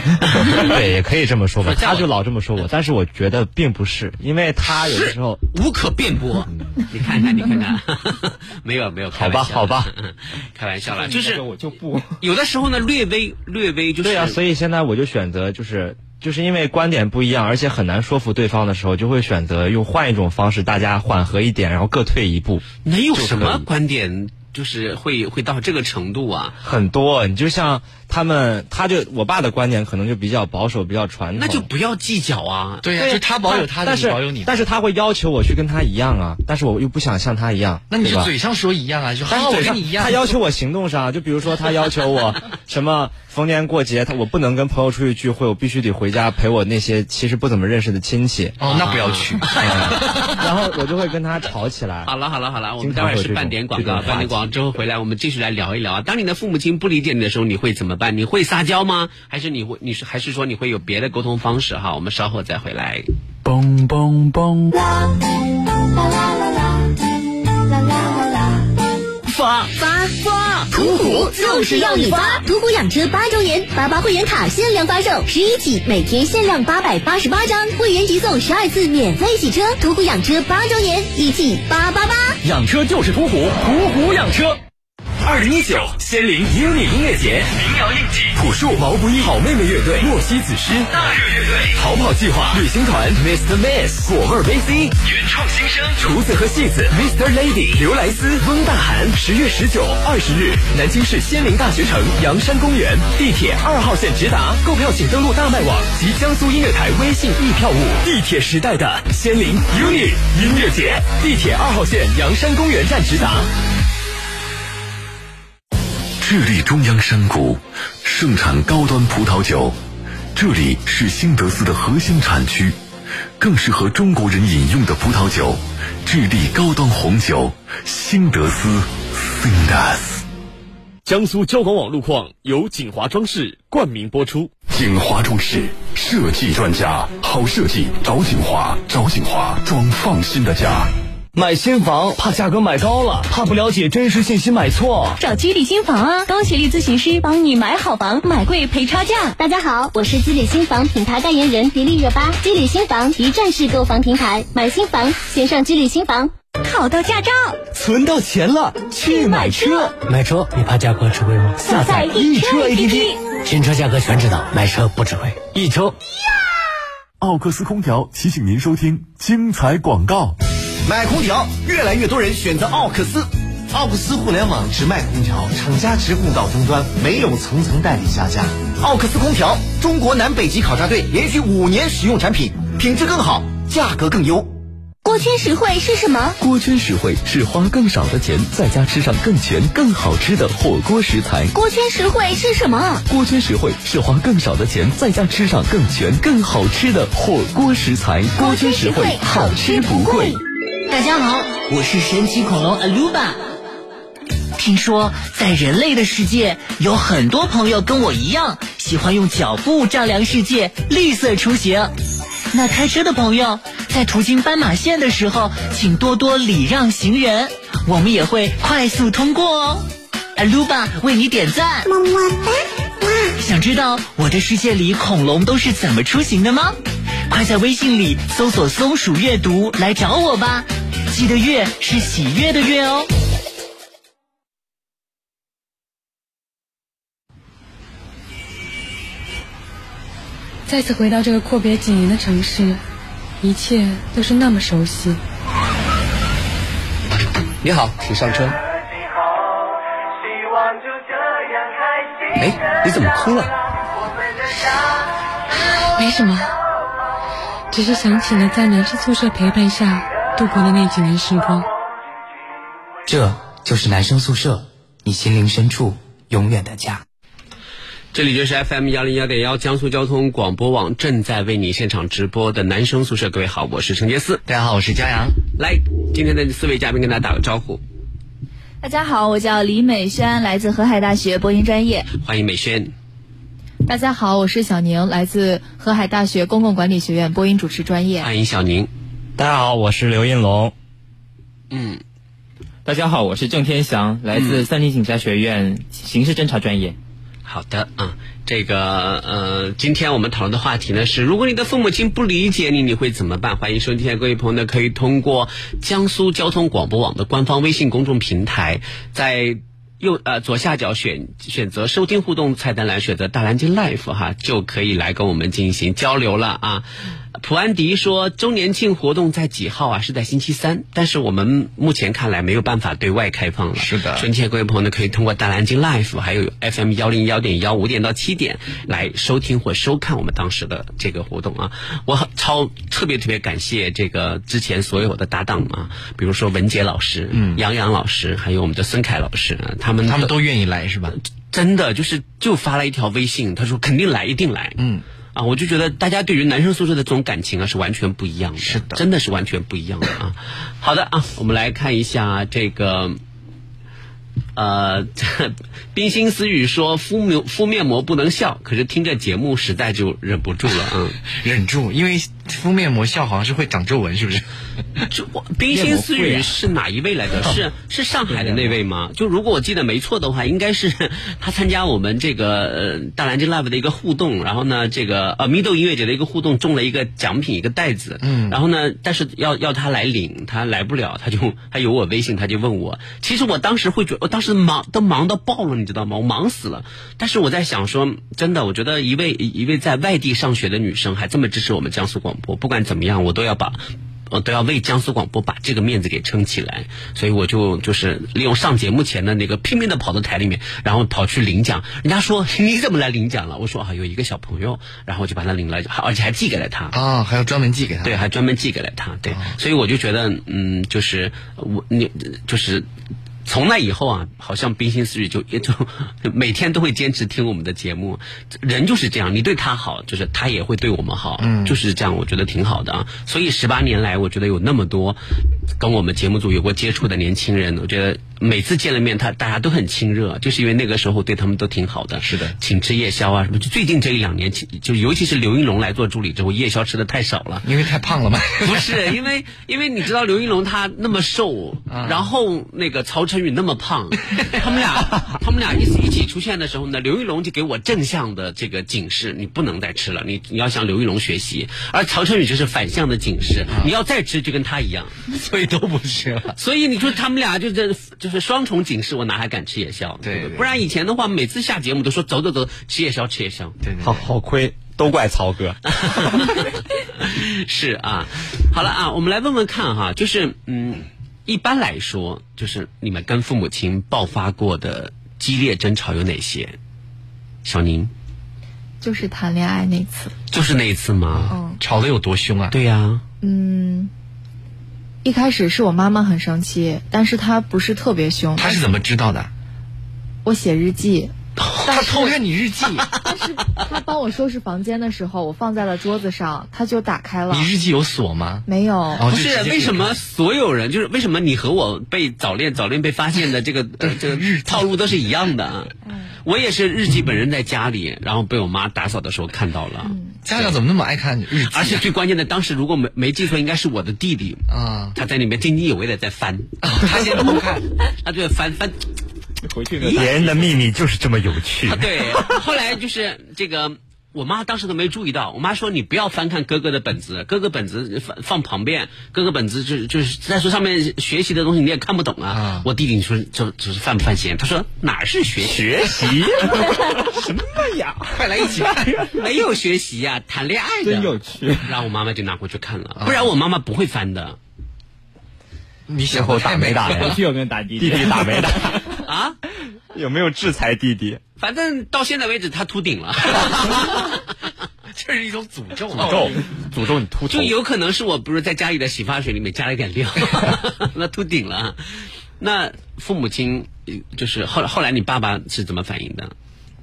对，也可以这么说吧。
这样
他就老这么说我，但是我觉得并不是，因为他有的时候
无可辩驳，你看看，你看看， 没有没有，开玩笑的
嗯好吧好吧，
开玩笑了，就是
我就不，
有的时候呢，略微略微就是
对啊，所以现在我就选择就是就是因为观点不一样，而且很难说服对方的时候，就会选择用换一种方式，大家缓和一点，然后各退一步。
能有什
就
么
可以
观点就是会会到这个程度啊？
很多，你就像他们，他就我爸的观点可能就比较保守，比较传统，
那就不要计较啊。
对呀、就他保有他的，
但
你
是
保有你的。
但是他会要求我去跟他一样啊，但是我又不想像他一样，
那你
对
就
吧
嘴上说一样啊，就
但是
好，
嘴
我跟
上
你一样。
他要求我行动上，就比如说他要求 我什么逢年过节，他我不能跟朋友出去聚会，我必须得回家陪我那些其实不怎么认识的亲戚，
哦，那不要去。
然后我就会跟他吵起来。
啊
好了好了好了，我
经
们待
常
会儿
会
是
有这
半
种
点广
这
告，
种话
半点
题
广告之后回来，我们继续来聊一聊啊。当你的父母亲不理解你的时候，你会怎么办？你会撒娇吗？还是你会你是还是说你会有别的沟通方式哈？我们稍后再回来。
嘣嘣嘣！
发
发发，途虎就是要你发！途虎养车八周年，八八会员卡限量发售，十一起每天限量八百八十八张，会员即送十二次免费洗车。途虎养车八周年，一起八八八！
养车就是途虎，途虎养车。二零一九仙林 UNI 音乐节，民谣应景，朴树、毛不易、好妹妹乐队、莫西子诗、大热乐队、逃跑计划、旅行团、Mr. Miss、果味 VC、原创新生、厨子和戏子、Mr. Lady、刘莱斯、翁大涵。十月十九、二十日，南京市仙林大学城阳山公园，地铁二号线直达。购票请登录大麦网及江苏音乐台微信易票务。地铁时代的仙林 UNI 音乐节，地铁二号线阳山公园站直达。
智利中央山谷盛产高端葡萄酒，这里是新德斯的核心产区，更适合中国人饮用的葡萄酒——智利高端红酒，新德斯 （Sindas）。
江苏交广网路况由锦华装饰冠名播出。
锦华装饰设计专家，好设计找锦华，找锦华装放心的家。
买新房怕价格买高了，怕不了解真实信息买错。
找居里新房啊，高学历咨询师帮你买好房，买贵赔差价。大家好，我是居里新房品牌代言人迪丽热巴。居里新房一站式购房平台，买新房先上居里新房。考到驾照，
存到钱了，去买车。买车你怕价格吃亏吗？
下载易车 APP
新车价格全知道，买车不吃亏。易车
奥克斯空调提醒您收听精彩广告。
买空调，越来越多人选择奥克斯。奥克斯互联网直卖空调，厂家直供到终端，没有层层代理下架。奥克斯空调，中国南北极考察队连续五年使用产品，品质更好，价格更优。
锅圈实惠是什么？
锅圈实惠是花更少的钱，在家吃上更全、更好吃的火锅食材。
锅圈实惠是什么？
锅圈实惠是花更少的钱，在家吃上更全、更好吃的火锅食材。锅圈实惠，好吃不贵。
大家好，我是神奇恐龙 Aluba。听说在人类的世界，有很多朋友跟我一样，喜欢用脚步丈量世界，绿色出行。那开车的朋友，在途经斑马线的时候，请多多礼让行人，我们也会快速通过哦。Aluba 为你点赞，么么哒！想知道我的世界里恐龙都是怎么出行的吗？快在微信里搜索“松鼠阅读”来找我吧，记得“阅”是喜悦的“悦”哦。
再次回到这个阔别几年的城市，一切都是那么熟悉。
你好，请上车。
哎，你怎么哭了？
没什么，只是想起了在男生宿舍陪伴下度过的那几年时光。
这就是男生宿舍，你心灵深处永远的家。
这里就是 FM 幺零幺点幺江苏交通广播网正在为你现场直播的男生宿舍。各位好，我是陈杰斯。
大家好，我是嘉阳。
来，今天的四位嘉宾跟大家打个招呼，
大家好，我叫李美轩，来自河海大学播音专业。
欢迎美轩。
大家好，我是小宁，来自河海大学公共管理学院播音主持专业。
欢迎小宁。
大家好，我是刘应龙。
嗯，
大家好，我是郑天祥，来自三林警察学院刑事侦查专业。
好的啊，这个呃，今天我们讨论的话题呢是，如果你的父母亲不理解你，你会怎么办？欢迎收听的各位朋友呢，可以通过江苏交通广播网的官方微信公众平台，在右呃左下角选选择收听互动菜单栏，选择大蓝鲸 Life 哈，就可以来跟我们进行交流了啊。普安迪说，周年庆活动在几号啊？是在星期三，但是我们目前看来没有办法对外开放了。是的，春节各位朋友呢，可以通过大蓝鲸 Life，还有 FM 幺零幺点幺五点到七点来收听或收看我们当时的这个活动啊。我很超特别特别感谢这个之前所有的搭档啊，比如说文杰老师、
嗯
杨洋老师，还有我们的孙凯老师，啊他们
他们
都
都愿意来是吧？
真的就是就发了一条微信，他说肯定来，一定来。
嗯。
啊，我就觉得大家对于男生宿舍的这种感情啊是完全不一样的，是的，真的是完全不一样的 啊。好的啊，我们来看一下这个，呃， 冰心私语说敷面敷面膜不能笑，可是听这节目实在就忍不住了，嗯，
忍住，因为敷面膜效好像是会长皱纹，是不是？
就我冰心私语是哪一位来的？是是上海的那位吗？就如果我记得没错的话，应该是 他参加我们这个呃大蓝鲸 Live 的一个互动，然后呢，这个呃 Middle 音乐节的一个互动中了一个奖品一个袋子，
嗯
然后呢，但是要要他来领，他来不了，他就他有我微信，他就问我。其实我当时会觉我当时忙都忙到爆了，你知道吗？我忙死了。但是我在想说，真的，我觉得一位一位在外地上学的女生还这么支持我们江苏广播，不管怎么样，我都要把我都要为江苏广播把这个面子给撑起来，所以我就就是利用上节目前的那个拼命的跑到台里面，然后跑去领奖。人家说 你怎么来领奖了？我说啊有一个小朋友，然后我就把他领来，还而且还寄给了他。
啊、还要专门寄给他。哦
对，还专门寄给了他。对，所以我就觉得，嗯，就是我你就是。从那以后啊，好像冰心思雨就也就每天都会坚持听我们的节目。人就是这样，你对他好，就是他也会对我们好，
嗯
就是这样，我觉得挺好的啊。所以十八年来，我觉得有那么多跟我们节目组有过接触的年轻人，我觉得每次见了面，他大家都很亲热，就是因为那个时候对他们都挺好的。是的，请吃夜宵啊什么，就最近这一两年，其就尤其是刘云龙来做助理之后，夜宵吃的太少了。
因为太胖了嘛。
不是因为，因为你知道刘云龙他那么瘦，
嗯
然后那个曹晨宇那 么胖，他们俩他们俩一起一起出现的时候呢，刘云龙就给我正向的这个警示，你不能再吃了，你你要向刘云龙学习，而曹晨宇就是反向的警示，你要再吃就跟他一样，
嗯 所以都不吃了。
所以你说他们俩就这就是双重警示，我哪还敢吃夜宵？对不对，不然以前的话，每次下节目都说走走走，吃夜宵吃夜宵，对
好好亏，都怪曹哥。
是啊，好了啊，我们来问问看哈，就是嗯，一般来说，就是你们跟父母亲爆发过的激烈争吵有哪些？小宁，
就是谈恋爱那次，
就是那一次吗？
嗯
吵得有多凶啊？
对呀、
嗯，一开始是我妈妈很生气，但是她不是特别凶。
他是怎么知道的？
我写日记，
他偷看你日记，
她帮我收拾房间的时候，我放在了桌子上，她就打开了
你。日记有锁吗？哦
没有，
不是为什么所有人就是为什么你和我被早恋早恋被发现的这个、呃、这个套路都是一样的？
嗯
我也是日记本人在家里，然后被我妈打扫的时候看到
嗯
了。
家长怎么那么爱看日记？
而且最关键的，当时如果没没记错，应该是我的弟弟
啊，
他在里面津津有味的在翻，他现在不 看，他就在翻翻。
回去
呢
别人的秘密就是这么有趣。
对，后来就是这个，我妈当时都没注意到。我妈说：“你不要翻看哥哥的本子，哥哥本子放放旁边，哥哥本子就是就是再说上面学习的东西你也看不懂啊。我弟弟你说这这是犯不犯嫌？他说：“哪是学习？
学 习？
什么呀？ 快来一起看， 没有学习呀、谈恋爱的。”真有趣。啊然后我妈妈就拿过去看了，不然我妈妈不会翻的。
你
想得太美
打没打呀
回去有没有打弟
弟弟打没打？
啊？
有没有制裁弟弟？
反正到现在为止他秃顶了，
这是一种诅咒啊
诅咒
诅哦咒你秃
就有可能是我不是在家里的洗发水里面加了一点 料，那秃顶了。那父母亲呃就是后来后来你爸爸是怎么反应的？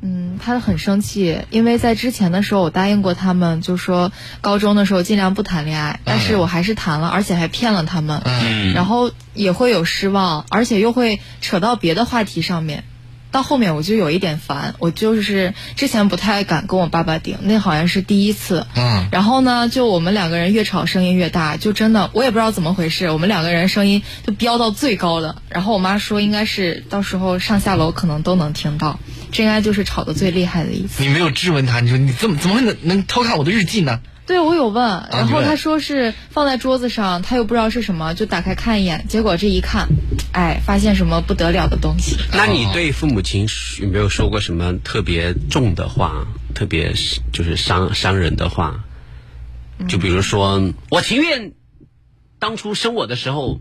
嗯，他很生气，因为在之前的时候我答应过他们，就说高中的时候尽量不谈恋爱，但是我还是谈了，而且还骗了他们，
嗯
然后也会有失望，而且又会扯到别的话题上面。到后面我就有一点烦，我就是之前不太敢跟我爸爸顶，那好像是第一次。
嗯
然后呢，就我们两个人越吵声音越大，就真的我也不知道怎么回事，我们两个人声音就飙到最高的。然后我妈说，应该是到时候上下楼可能都能听到，这应该就是吵得最厉害的一 次。
你没有质问他，你说你怎么怎么会能能偷看我的日记呢？
对，我有问，然
你
后
问
她说是放在桌子上，她又不知道是什么，就打开看一眼，结果这一看，哎，发现什么不得了的东西。
那你对父母亲有没有说过什么特别重的话，特别是就是伤伤人的话？就比如说，我情愿当初生我的时候，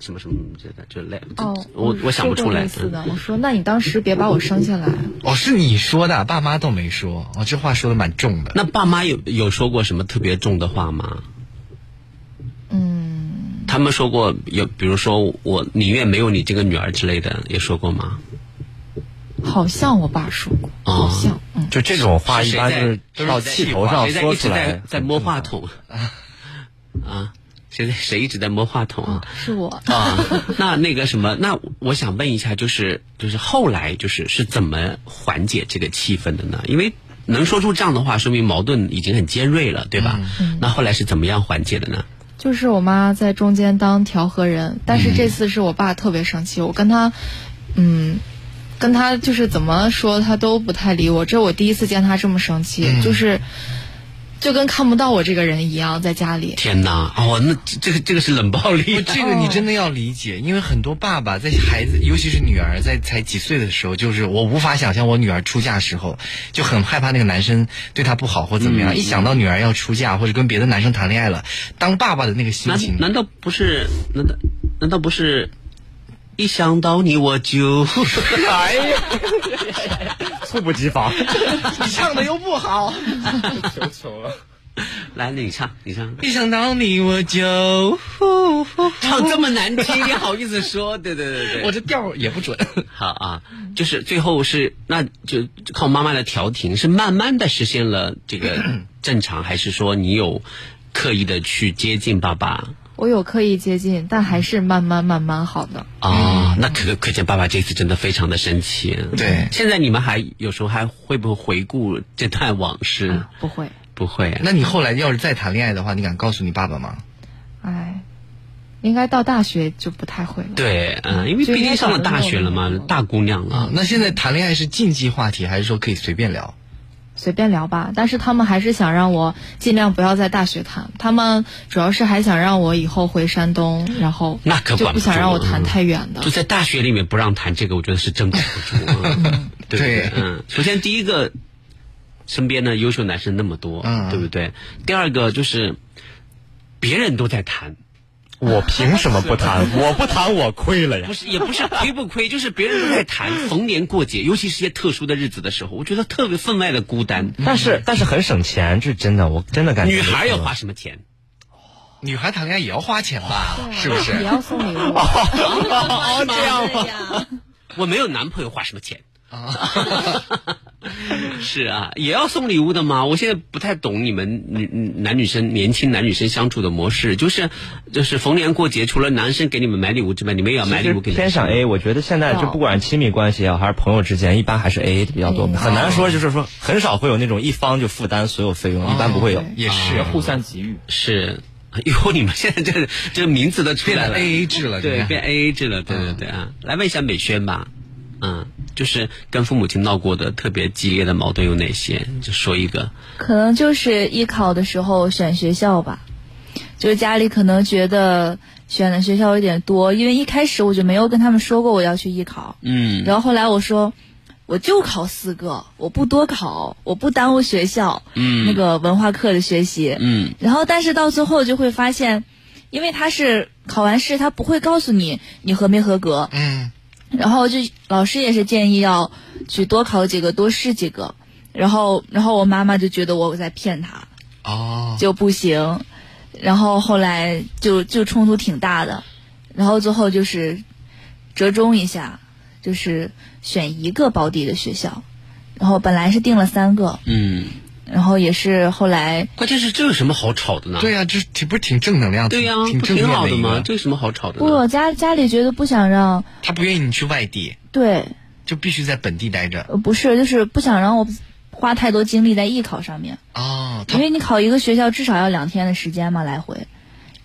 什么什么之类的，就类，
哦，
我我想不出来
类似的，我说那你当时别把我生下来。
哦，是你说的，爸妈都没说。哦，这话说的蛮重的。
那爸妈有有说过什么特别重的话吗？嗯，他们说过有，比如说我宁愿没有你这个女儿之类的，也说过吗？
好像嗯我爸说过，
好
像，
就这种话一般就是到气头上说出
谁在一
来
直在，在摸话筒 啊？谁在谁一直在摸话筒啊？
是我。嗯
啊，那那个什么，那我想问一下，就是就是后来就是是怎么缓解这个气氛的呢？因为能说出这样的话，说明矛盾已经很尖锐了，对
嗯
吧？那后来是怎么样缓解的呢？
就是我妈在中间当调和人，但是这次是我爸特别生气，我跟他，嗯，跟他就是怎么说他都不太理我，这我第一次见他这么生气，
嗯
就是就跟看不到我这个人一样，在家里。
天哪，哦，那这这个这个是冷暴力，
不这个
哦
你真的要理解，因为很多爸爸在孩子，尤其是女儿在才几岁的时候，就是我无法想象我女儿出嫁时候，就很害怕那个男生对她不好或怎么样。
嗯
一想到女儿要出嫁或者跟别的男生谈恋爱了，当爸爸的那个心
难
情，
难道不是？难道难道不是？一想到你我就
哎呀，
猝不 及防。
你唱的又不好，
求求了。
来，你唱，你唱。
一想到你我就
唱这么难听，你好意思说？ 对对对对，
我这调儿也不准。
好啊，就是最后是那就靠妈妈的调停，是慢慢的实现了这个正常，还是说你有刻意的去接近爸爸
我有刻意接近，但还是慢慢慢慢好的。
啊？那可可见爸爸这次真的非常的生气。
对，
现在你们还有时候还会不会回顾这段往事？
不会，
不会。
那你后来要是再谈恋爱的话，你敢告诉你爸爸吗？
哎，应该到大学就不太会了。
对，嗯，因为毕竟上了大学了嘛，大姑娘了。
啊，那现在谈恋爱是禁忌话题，还是说可以随便聊？
随便聊吧，但是他们还是想让我尽量不要在大学谈，他们主要是还想让我以后回山东，然后
那可
就
管
不想
住
让我
了
谈太远的。
就在大学里面不让谈这个，我觉得是真管不住，嗯对不对？嗯，首先第一个，身边的优秀男生那么多，
嗯
对不对？第二个就是别人都在谈，
我凭什么不 谈？我不谈我亏了呀
不！是也不是亏不亏， 就是别人都在谈，逢年过节，尤其是一些特殊的日子的时候，我觉得特别分外的孤单。
但是但是很省钱，这是真的，我真的感觉。
女孩要花什么钱？
女孩谈恋爱也要花钱吧？是不是？
也要送礼物。
哦
这样
吗？我没有男朋友，花什么钱？ 是啊，也要送礼物的吗？我现在不太懂你们女男女生年轻男女生相处的模式，就是就是逢年过节，除了男生给你们买礼物之外，你们也要买礼物给
偏
男生。
向 A，我觉得现在就不管亲密关系也好，还是朋友之间，一般还是 A A 的比较多，很难
哦
说就是说很少会有那种一方就负担所有费用，一般不会有。
也是
互相给予。
是。哟，你们现在这这名字都出来了
变得 AA 制了
对
对，
变 A A 制了，对对对啊！来问一下美萱吧，嗯，就是跟父母亲闹过的特别激烈的矛盾有哪些？就说一个。
可能就是艺考的时候选学校吧，就是家里可能觉得选的学校有点多，因为一开始我就没有跟他们说过我要去艺考，
嗯
然后后来我说我就考四个，我不多考，我不耽误学校，
嗯
那个文化课的学习，
嗯
然后但是到最后就会发现，因为他是考完试，他不会告诉你你合没合格，
嗯，
然后就老师也是建议要去多考几个，多试几个。然后，然后我妈妈就觉得我在骗她，
哦，
就不行。然后后来就就冲突挺大的，然后最后就是折中一下，就是选一个保底的学校。然后本来是定了三个，
嗯，
然后也是后来
关键是这有什么好吵的呢？
对呀、啊这挺不是挺正能量的，
对呀、
啊挺
不
正
挺
面
好
的
的
一
吗
个？
这有什么好吵的
不，？我家家里觉得不想让，
他不愿意你去外地，
对，
就必须在本地待着。
呃不是，就是不想让我花太多精力在艺考上面。
哦，
因为你考一个学校至少要两天的时间嘛，来回，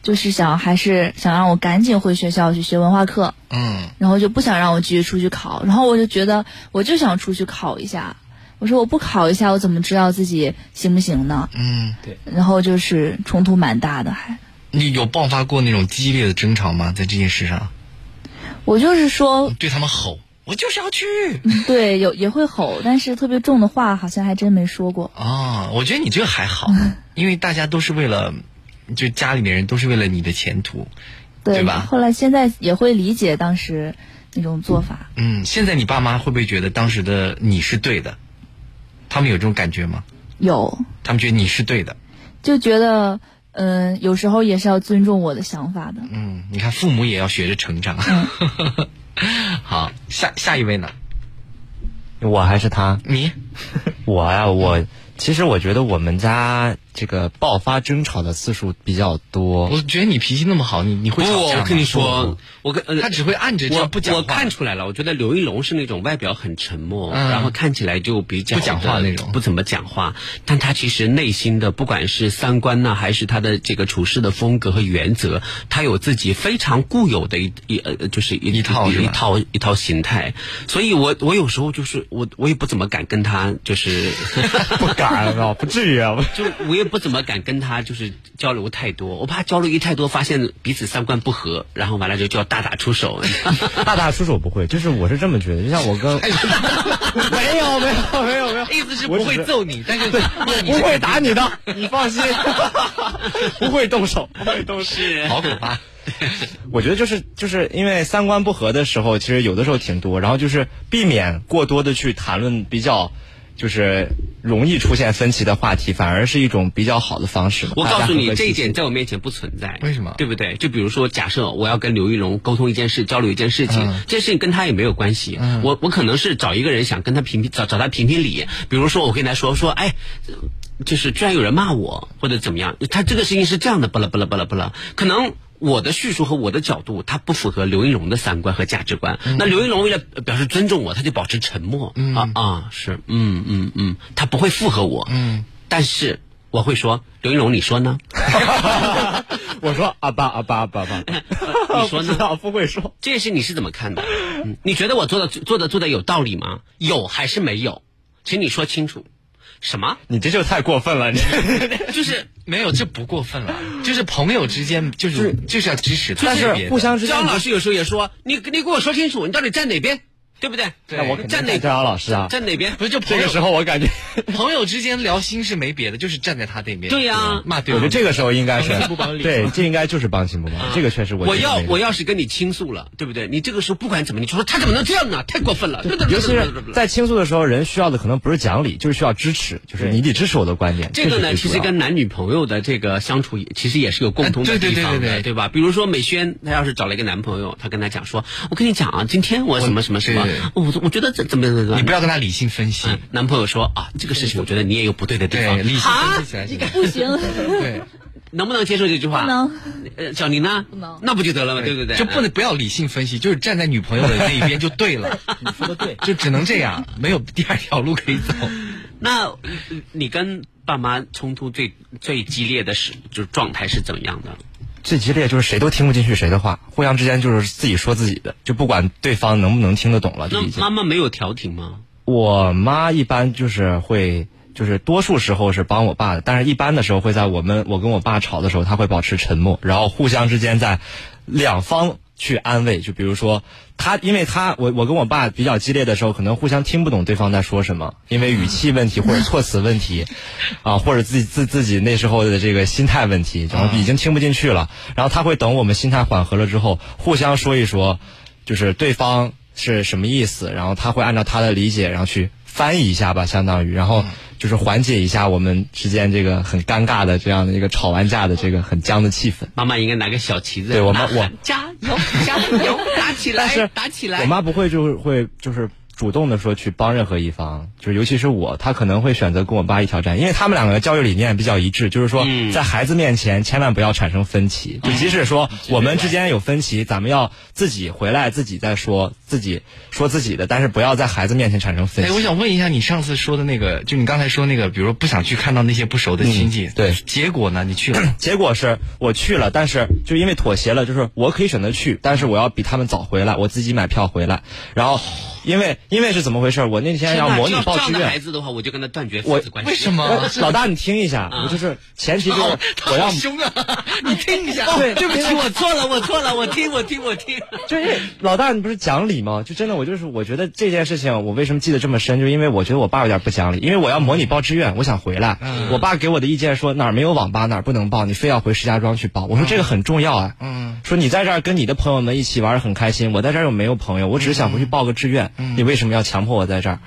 就是想还是想让我赶紧回学校去学文化课，
嗯，
然后就不想让我继续出去考，然后我就觉得我就想出去考一下，我说我不考一下我怎么知道自己行不行呢？
嗯，
对。
然后就是冲突蛮大的，还
你有爆发过那种激烈的争吵吗？在这件事上，
我就是说
对他们吼，我就是要去。
嗯对，有也会吼，但是特别重的话好像还真没说过。
哦，我觉得你这个还好，因为大家都是为了，就家里面人都是为了你的前途，
对
对吧
后来现在也会理解当时那种做法，
嗯，现在你爸妈会不会觉得当时的你是对的？他们有这种感觉吗？
有
他们觉得你是对的。
就觉得，嗯、有时候也是要尊重我的想法的。
嗯，你看父母也要学着成长。 好，下下一位呢？
我还是他？
你？
我呀、我其实我觉得我们家这个爆发争吵的次数比较 多。
我觉得你脾气那么好，你你
会吵架
我
吗
跟你说，我跟、呃
他只会按着这样
我
不讲话
我看出来了，我觉得刘一龙是那种外表很沉默，
嗯
然后看起来就比较
不讲话那种，
不怎么讲话，但他其实内心的不管是三观呐、还是他的这个处事的风格和原则，他有自己非常固有的一一呃，就是一一
套是吧
一套一套形态。所以我我有时候就是我我也不怎么敢跟他就是。
不敢啊，不至于啊。
就我也不怎么敢跟他就是交流太多，我怕交流一太多，发现彼此三观不合，然后完了就就要大打出手。
大打出手不会，就是我是这么觉得，就像我跟 没有没有没有没有，
意思是
我
不
只
会
是
揍 你，但是
对
你
不会打你的，你放心， 不会动手，不会动手，
好可怕。
我觉得就是就是因为三观不合的时候，其实有的时候挺多，然后就是避免过多的去谈论比较。就是容易出现分歧的话题，反而是一种比较好的方式吧。
我告诉
大家和
你，
和气
这一
气
点在我面前不存在。
为什么
对不对？就比如说，假设我要跟刘玉龙沟通一件事，交流一件事情，
嗯
这件事情跟他也没有关系。我我可能是找一个人想跟他评评，找找他评评理。比如说，我跟他说说，哎。呃就是居然有人骂我，或者怎么样？他这个事情是这样的，巴拉巴拉巴拉巴拉。可能我的叙述和我的角度，他不符合刘一龙的三观和价值观。那刘一龙为了呃表示尊重我，他就保持沉默。啊啊，是，嗯嗯嗯，他不会附和我。
嗯，
但是我会说，刘一龙，你说呢？
我说阿爸阿爸阿爸阿爸，
你说呢？
不会说
这件事你是怎么看的？嗯你觉得我做的做的做的有道理吗？有还是没有？请你说清楚。什么？
你这就太过分了，你
就是
没有，这不过分了，就是朋友之间，就是就是要支持他，
但是互相之间
张老师有时候也说，你你给我说清楚，你到底站哪边，对不对？
对
那我肯定
站
站
哪
张老师啊。
站哪边？
不是就朋
这
友
个时候我感觉，
朋友之间聊心事没别的，就是站在他这边，
对呀
骂对
我觉
方
得这个时候应该是啊
不帮理
对，这应该就是帮亲不帮，这个确实我
我
觉得
要
没
我要是跟你倾诉了，对不对？你这个时候不管怎么，你就说他怎么能这样啊？太过分了！
尤其是在倾诉的时候，人需要的可能不是讲理，就是需要支持，就是你得支持我的观点。
这个呢，
是
其实
最主要的
跟男女朋友的这个相处也，其实也是有共通的
哎对
地
对
方的，
对对对
吧？比如说美萱，她要是找了一个男朋友，她跟他讲说：“我跟你讲啊，今天我什么什么什么
对对，
我我觉得这怎么怎么怎么。”
你不要跟他理性分析，
嗯，男朋友说啊，这个事情我觉得你也有不对的地方
对，，理性
啊
分析，起来是
不行，
对，
能不能接受这句话？
不能。
呃，小宁呢？
不能
那不就得了吗？对不对？啊
就不能不要理性分析，就是站在女朋友的那一边就对了，
你说的对，
就只能这样，没有第二条路可以走。
那呃你跟爸妈冲突最最激烈的是，就是状态是怎样的？
最激烈就是谁都听不进去谁的话，互相之间就是自己说自己的，就不管对方能不能听得懂了，就
那
已经
妈。妈没有调停吗？
我妈一般就是会，就是多数时候是帮我爸的，但是一般的时候会在我们我跟我爸吵的时候，他会保持沉默，然后互相之间在两方去安慰。就比如说他，因为他我我跟我爸比较激烈的时候，可能互相听不懂对方在说什么，因为语气问题或者措辞问题，啊，或者自己自自己那时候的这个心态问题，然后已经听不进去了。然后他会等我们心态缓和了之后，互相说一说，就是对方是什么意思，然后他会按照他的理解，然后去翻译一下吧，相当于，然后就是缓解一下我们之间这个很尴尬的这样的一个吵完架的这个很僵的气氛。
妈妈应该拿个小旗子，
对我妈
妈
我
加油加油，打起
但是
来打起来。
我妈不会就是会就是主动的说去帮任何一方，就是尤其是我，她可能会选择跟我爸一条战，因为他们两个教育理念比较一致，就是说
嗯
在孩子面前千万不要产生分歧，就即使说我们之间有分歧，咱们要自己回来自己再说，自己说自己的，但是不要在孩子面前产生分
哎，我
歧。
想问一下，你上次说的那个，就你刚才说那个，比如说不想去看到那些不熟的亲戚，
对，，
结果呢？你去了
结果是我去了，但是就因为妥协了，就是我可以选择去，但是我要比他们早回来，我自己买票回来。然后，因为因为是怎么回事？我那天要模拟报
这
志
样的
愿
孩，子的话，我就跟他断绝父
我
子关系。
我老大，你听一下，我就是前提就是我要
凶
啊！你听一下
对
对不
因为
起， 我错了，我错了，我听，我听，我听。
就是老大，你不是讲理吗？就真的，我就是我觉得这件事情，我为什么记得这么深，就是因为我觉得我爸有点不讲理，因为我要模拟报志愿，我想回来，
嗯
我爸给我的意见说哪儿没有网吧哪儿不能报，你非要回石家庄去报。我说这个很重要啊，
嗯，
说你在这儿跟你的朋友们一起玩得很开心，我在这儿又没有朋友，我只是想回去报个志愿，
嗯
你为什么要强迫我在这儿？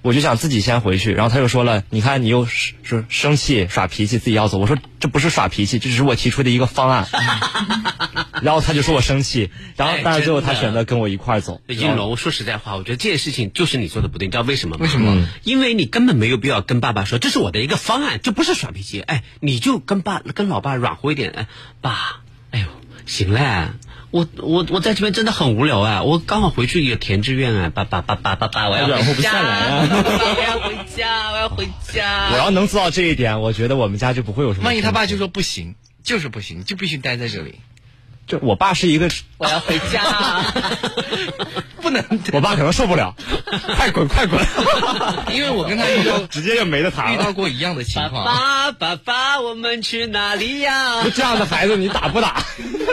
我就想自己先回去，然后他又说了，你看你又是是生气耍脾气，自己要走。我说这不是耍脾气，这只是我提出的一个 方案。然后他就说我生气，然后
哎
但是最后他
真的
选择跟我一块儿走。
应龙，说实在话，我觉得这件事情就是你做的不对，你知道为什么吗？
为什么嗯
因为你根本没有必要跟爸爸说，这是我的一个方案，这不是耍脾气。哎，你就跟爸跟老爸软和一点，哎，爸，哎呦，行嘞。我我我在这边真的很无聊啊！我刚好回去也填志愿啊，爸爸爸爸爸爸，我要
软和哎不
回家
下来啊
爸爸我要回家，我要回家。
我要能做到这一点，我觉得我们家就不会有什么。
万一他爸就说不行，就是不行，就必须待在这里，
就我爸是一个，
我要回家，
不能，
我爸可能受不了，快滚快滚！
因为我跟他遇到
直接就没得谈
遇到过一样的情况。
爸爸爸，我们去哪里呀？
这样的孩子，你打不打？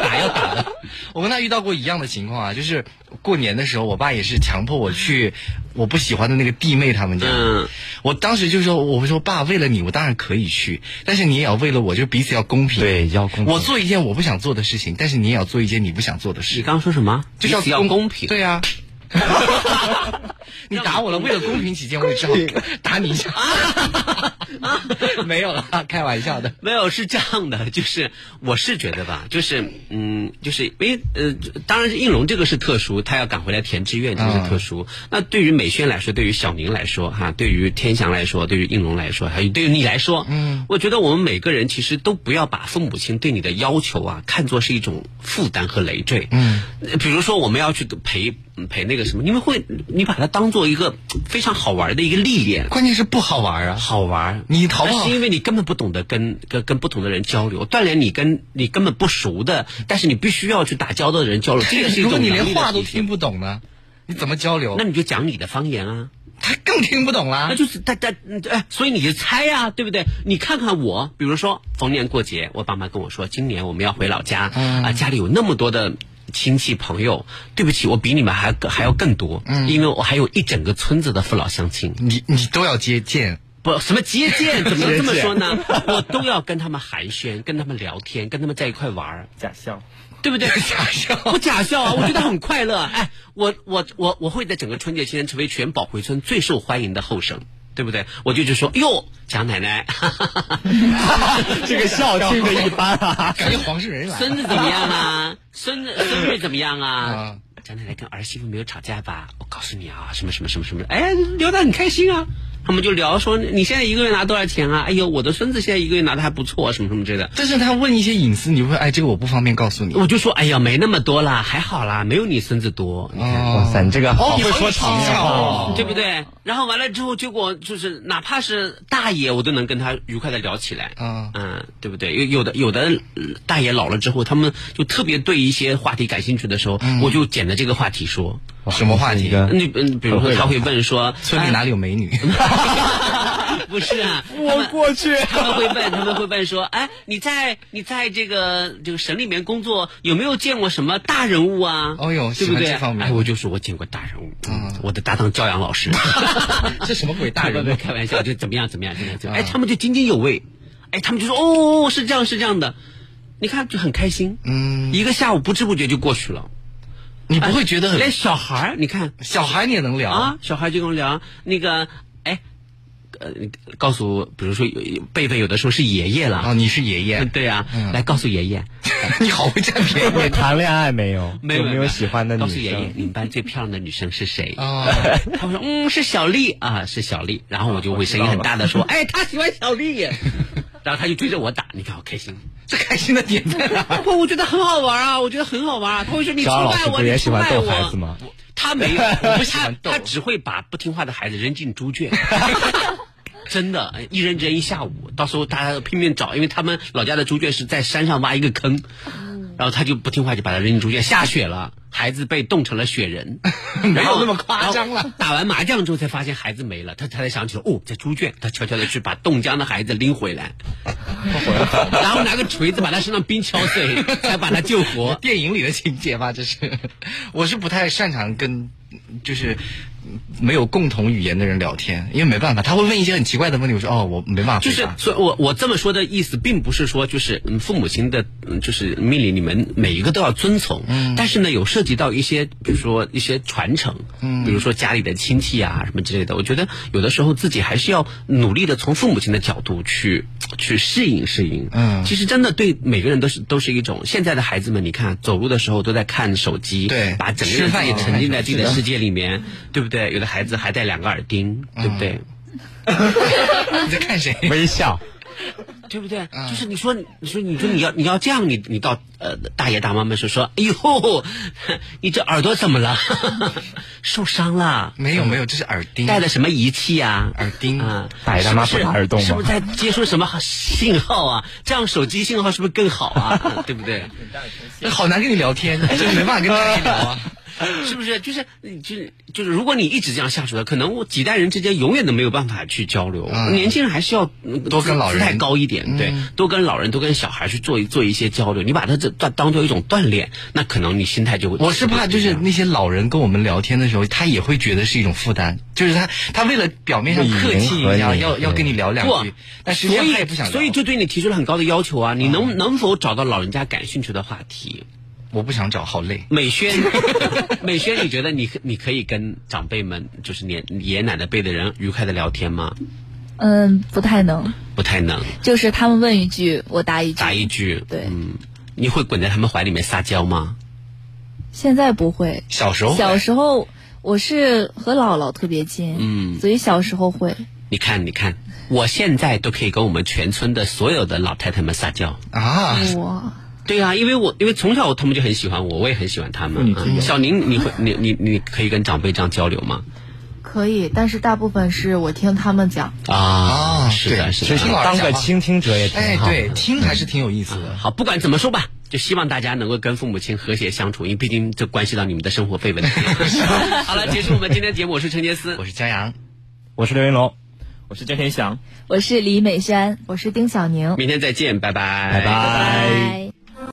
打要打的。我跟他遇到过一样的情况啊，就是过年的时候，我爸也是强迫我去我不喜欢的那个弟妹他们家。
嗯
我当时就说，我说爸，为了你，我当然可以去，但是你也要为了我，就是彼此要公平。
对，要公平
我做一件我不想做的事情，但是你也要做一件你不想做的事。
你刚刚说什么？
就是
彼此要公平
对 呀、你打我了，为了公平起见，我也只好 打你一下。没有了，开玩笑的。
没有，是这样的，就是我是觉得吧，就是嗯，就是因为呃，当然是应龙这个是特殊，他要赶回来填志愿，这个是特殊。那对于美萱来说，对于小宁来说，哈、对于天翔来说，对于应龙来说，还有对于你来说，嗯，我觉得我们每个人其实都不要把父母亲对你的要求啊，看作是一种负担和累赘。嗯，比如说我们要去陪嗯陪那个什么，你们会你把它当做一个非常好玩的一个历练，
关键是不好玩啊，
好玩。
你逃不
但
好
是因为你根本不懂得跟跟跟不同的人交流，锻炼你跟你根本不熟的，但是你必须要去打交道的人交流，这个是一
如果
种
你连
能力的
话都
体现
听不懂呢，你怎么交流？
那你就讲你的方言啊。
他更听不懂啦。
那就是他他嗯哎，所以你就猜呀、对不对？你看看我，比如说逢年过节，我爸妈跟我说，今年我们要回老家，
嗯
啊，家里有那么多的。亲戚朋友，对不起，我比你们还更还要更多，嗯、因为我还有一整个村子的父老乡亲。
你你都要接见，
不，什么接见？怎么能这么
接见
说呢？ 我都要跟他们寒暄，跟他们聊天，跟他们在一块玩儿
假笑。
对 不对？假
笑，
我假笑啊！我觉得很快乐。哎，我我我我会在整个春节期间成为全宝回村最受欢迎的后生，对不对？我就一直说，哟，蒋奶奶，哈哈哈哈
这个笑听着一般啊，
感觉黄世 仁来
孙
了。
子怎么样啊？孙子孙辈怎么样啊？蒋奶奶跟儿媳妇没有吵架吧？我告诉你啊，什么什么什么什么，哎，聊得很开心啊。他们就聊说你现在一个月拿多少钱啊？哎呦，我的孙子现在一个月拿的还不错，什么什么之类的。
但是他问一些隐私，你会哎，这个我不方便告诉你。
我就说，哎呀，没那么多啦，还好啦，没有你孙子多。你看
哇塞，你这个好
你
会
好
说
有
场
技
面
巧
话
哦
哦。
对不对？然后完了之后，结果就是哪怕是大爷，我都能跟他愉快的聊起来。
啊
嗯，对不对？有有的有的呃大爷老了之后，他们就特别对一些话题感兴趣的时候，我就捡着这个话题说。
嗯哦什么话题？
那嗯，比如说他会问说，啊
村里哪里有美女？
不是 啊，
我过去
他们会问，他们会问说，哎，你在你在这个这个省里面工作，有没有见过什么大人物啊？
哦呦
对不
喜欢
对？
这方面
哎，我就说我见过大人物，嗯我的搭档教养 老师，
这 什么鬼大
大人
人物？
物
啊
开玩笑，就怎么样怎么样怎么样怎么样，哎，他们就津津有味，哎，他们就说哦，是这样是这样的，你看就很开心，
嗯，
一个下午不知不觉就过去了。
你不会觉得很哎
连小孩儿你看
小孩儿你也能聊
啊，小孩儿就跟我聊那个哎。呃，告诉，比如说有有辈分有的时候是爷爷了啊，
哦你是爷爷，
对啊，来告诉爷爷，
你好会占便宜。
谈恋爱没 有？
没
有
没
没有喜欢的
告
女
诉爷爷
生？
你们班最漂亮的女生是谁？
哦
他们说嗯是小丽啊，是小丽，然后我就会声音很大的说，哎，他喜欢小丽， 然后他就追着我打，你看好开心。
这开心的点在哪？
不，我觉得很好玩啊，我觉得很好玩啊。他会说你崇
小老
拜
师
我，
不
你
也喜
崇
欢
拜
逗孩
我
子。吗？
他 没有，我不喜欢他只会把不听话的孩子扔进猪圈。 真的，一扔扔一下午，到时候大家拼命找，因为他们老家的猪圈是在山上挖一个坑，然后他就不听话，就把他扔进猪圈。下雪了，孩子被冻成了雪人，
没
然后
有那么夸张了
然后打完麻将之后才发现孩子没了，他他才想起来，哦，在猪圈，他悄悄的去把冻僵的孩子拎回来，然后拿个锤子把他身上冰敲碎，才把他救活。
电影里的情节吧，这是。 我是不太擅长跟，就是没有共同语言的人聊天，因为没办法，他会问一些很奇怪的问题，我说哦，我没办法
就
回
是
答。，
所以我我这么说的意思，并不是说就是嗯父母亲的，嗯就是命令你们每一个都要遵从，但是呢，有涉及到一些，比如说一些传承，
嗯
比如说家里的亲戚啊什么之类的，我觉得有的时候自己还是要努力的从父母亲的角度去去适应适应，
嗯
其实真的对每个人都是都是一种，现在的孩子们，你看走路的时候都在看手机，
对
把整个人
吃饭
自己
也
沉浸在自己的
是的
世界里面，对不对？有的孩子还戴两个耳钉，对不对？
嗯你在看 谁？
微笑，
对不对？
嗯
就是你说，你说，你说你要你要这样，你你到呃大爷大妈们说说，哎呦， 你这耳朵怎么了？ 受伤了？
嗯
没有没有，这是耳 钉。
带的什么仪器啊？
耳钉
啊，
大爷大妈不打耳洞吗
是不是？是不是在接收什么信号啊？这样手机信号是不是更好啊？ 对不对？
好难跟你聊 天，就是没办法跟他聊 啊。
是不是？就是就是就是，如果你一直这样下去的，可能我几代人之间永远都没有办法去交流。
嗯
年轻人还是要嗯
多跟老人嗯
姿态高一点，对，多跟老人、多跟小孩去做一做一些交流。你把它这当当做一种锻炼，那可能你心态就会。
我是怕就是
不一样
那些老人跟我们聊天的时候，他也会觉得是一种负担，就是他他为了表面上客气一
为迎合
下，
你
要要跟你聊两
不
句，但实际上
所以
他也不想聊。嗯
所以就对你提出了很高的要求啊！你能、能否找到老人家感兴趣的话题？
我不想找，好累。
美萱，美萱，你觉得你可你可以跟长辈们，就是年爷爷奶奶辈的人愉快的聊天吗？
嗯，不太能，
不太能。
就是他们问一句，我答一句。
打一句，
对
嗯，你会滚在他们怀里面撒娇吗？
现在不会，
小时候会，
小时候我是和姥姥特别近，
嗯
所以小时候会。
你看，你看，我现在都可以跟我们全村的所有的老太太们撒娇。
啊，
嗯
哇，
对呀、因为我因为从小他们就很喜欢我，我也很喜欢他们。嗯小宁，你会你你你可以跟长辈这样交流吗？
可以，但是大部分是我听他们讲。
啊，
啊
是的，
对
是
其实
的。
老
当个倾听者也挺
哎，
好。
对，听还
嗯
是挺有意思的。
好，不管怎么说吧，就希望大家能够跟父母亲和谐相处，因为毕竟这关系到你们的生活费问 题。好了，结束我们今天的节目，我是陈杰斯，
我是江阳，
我是刘云龙，
我是郑天祥。
我是李美萱，
我是丁小宁。
明天再见，拜拜，
拜拜
拜拜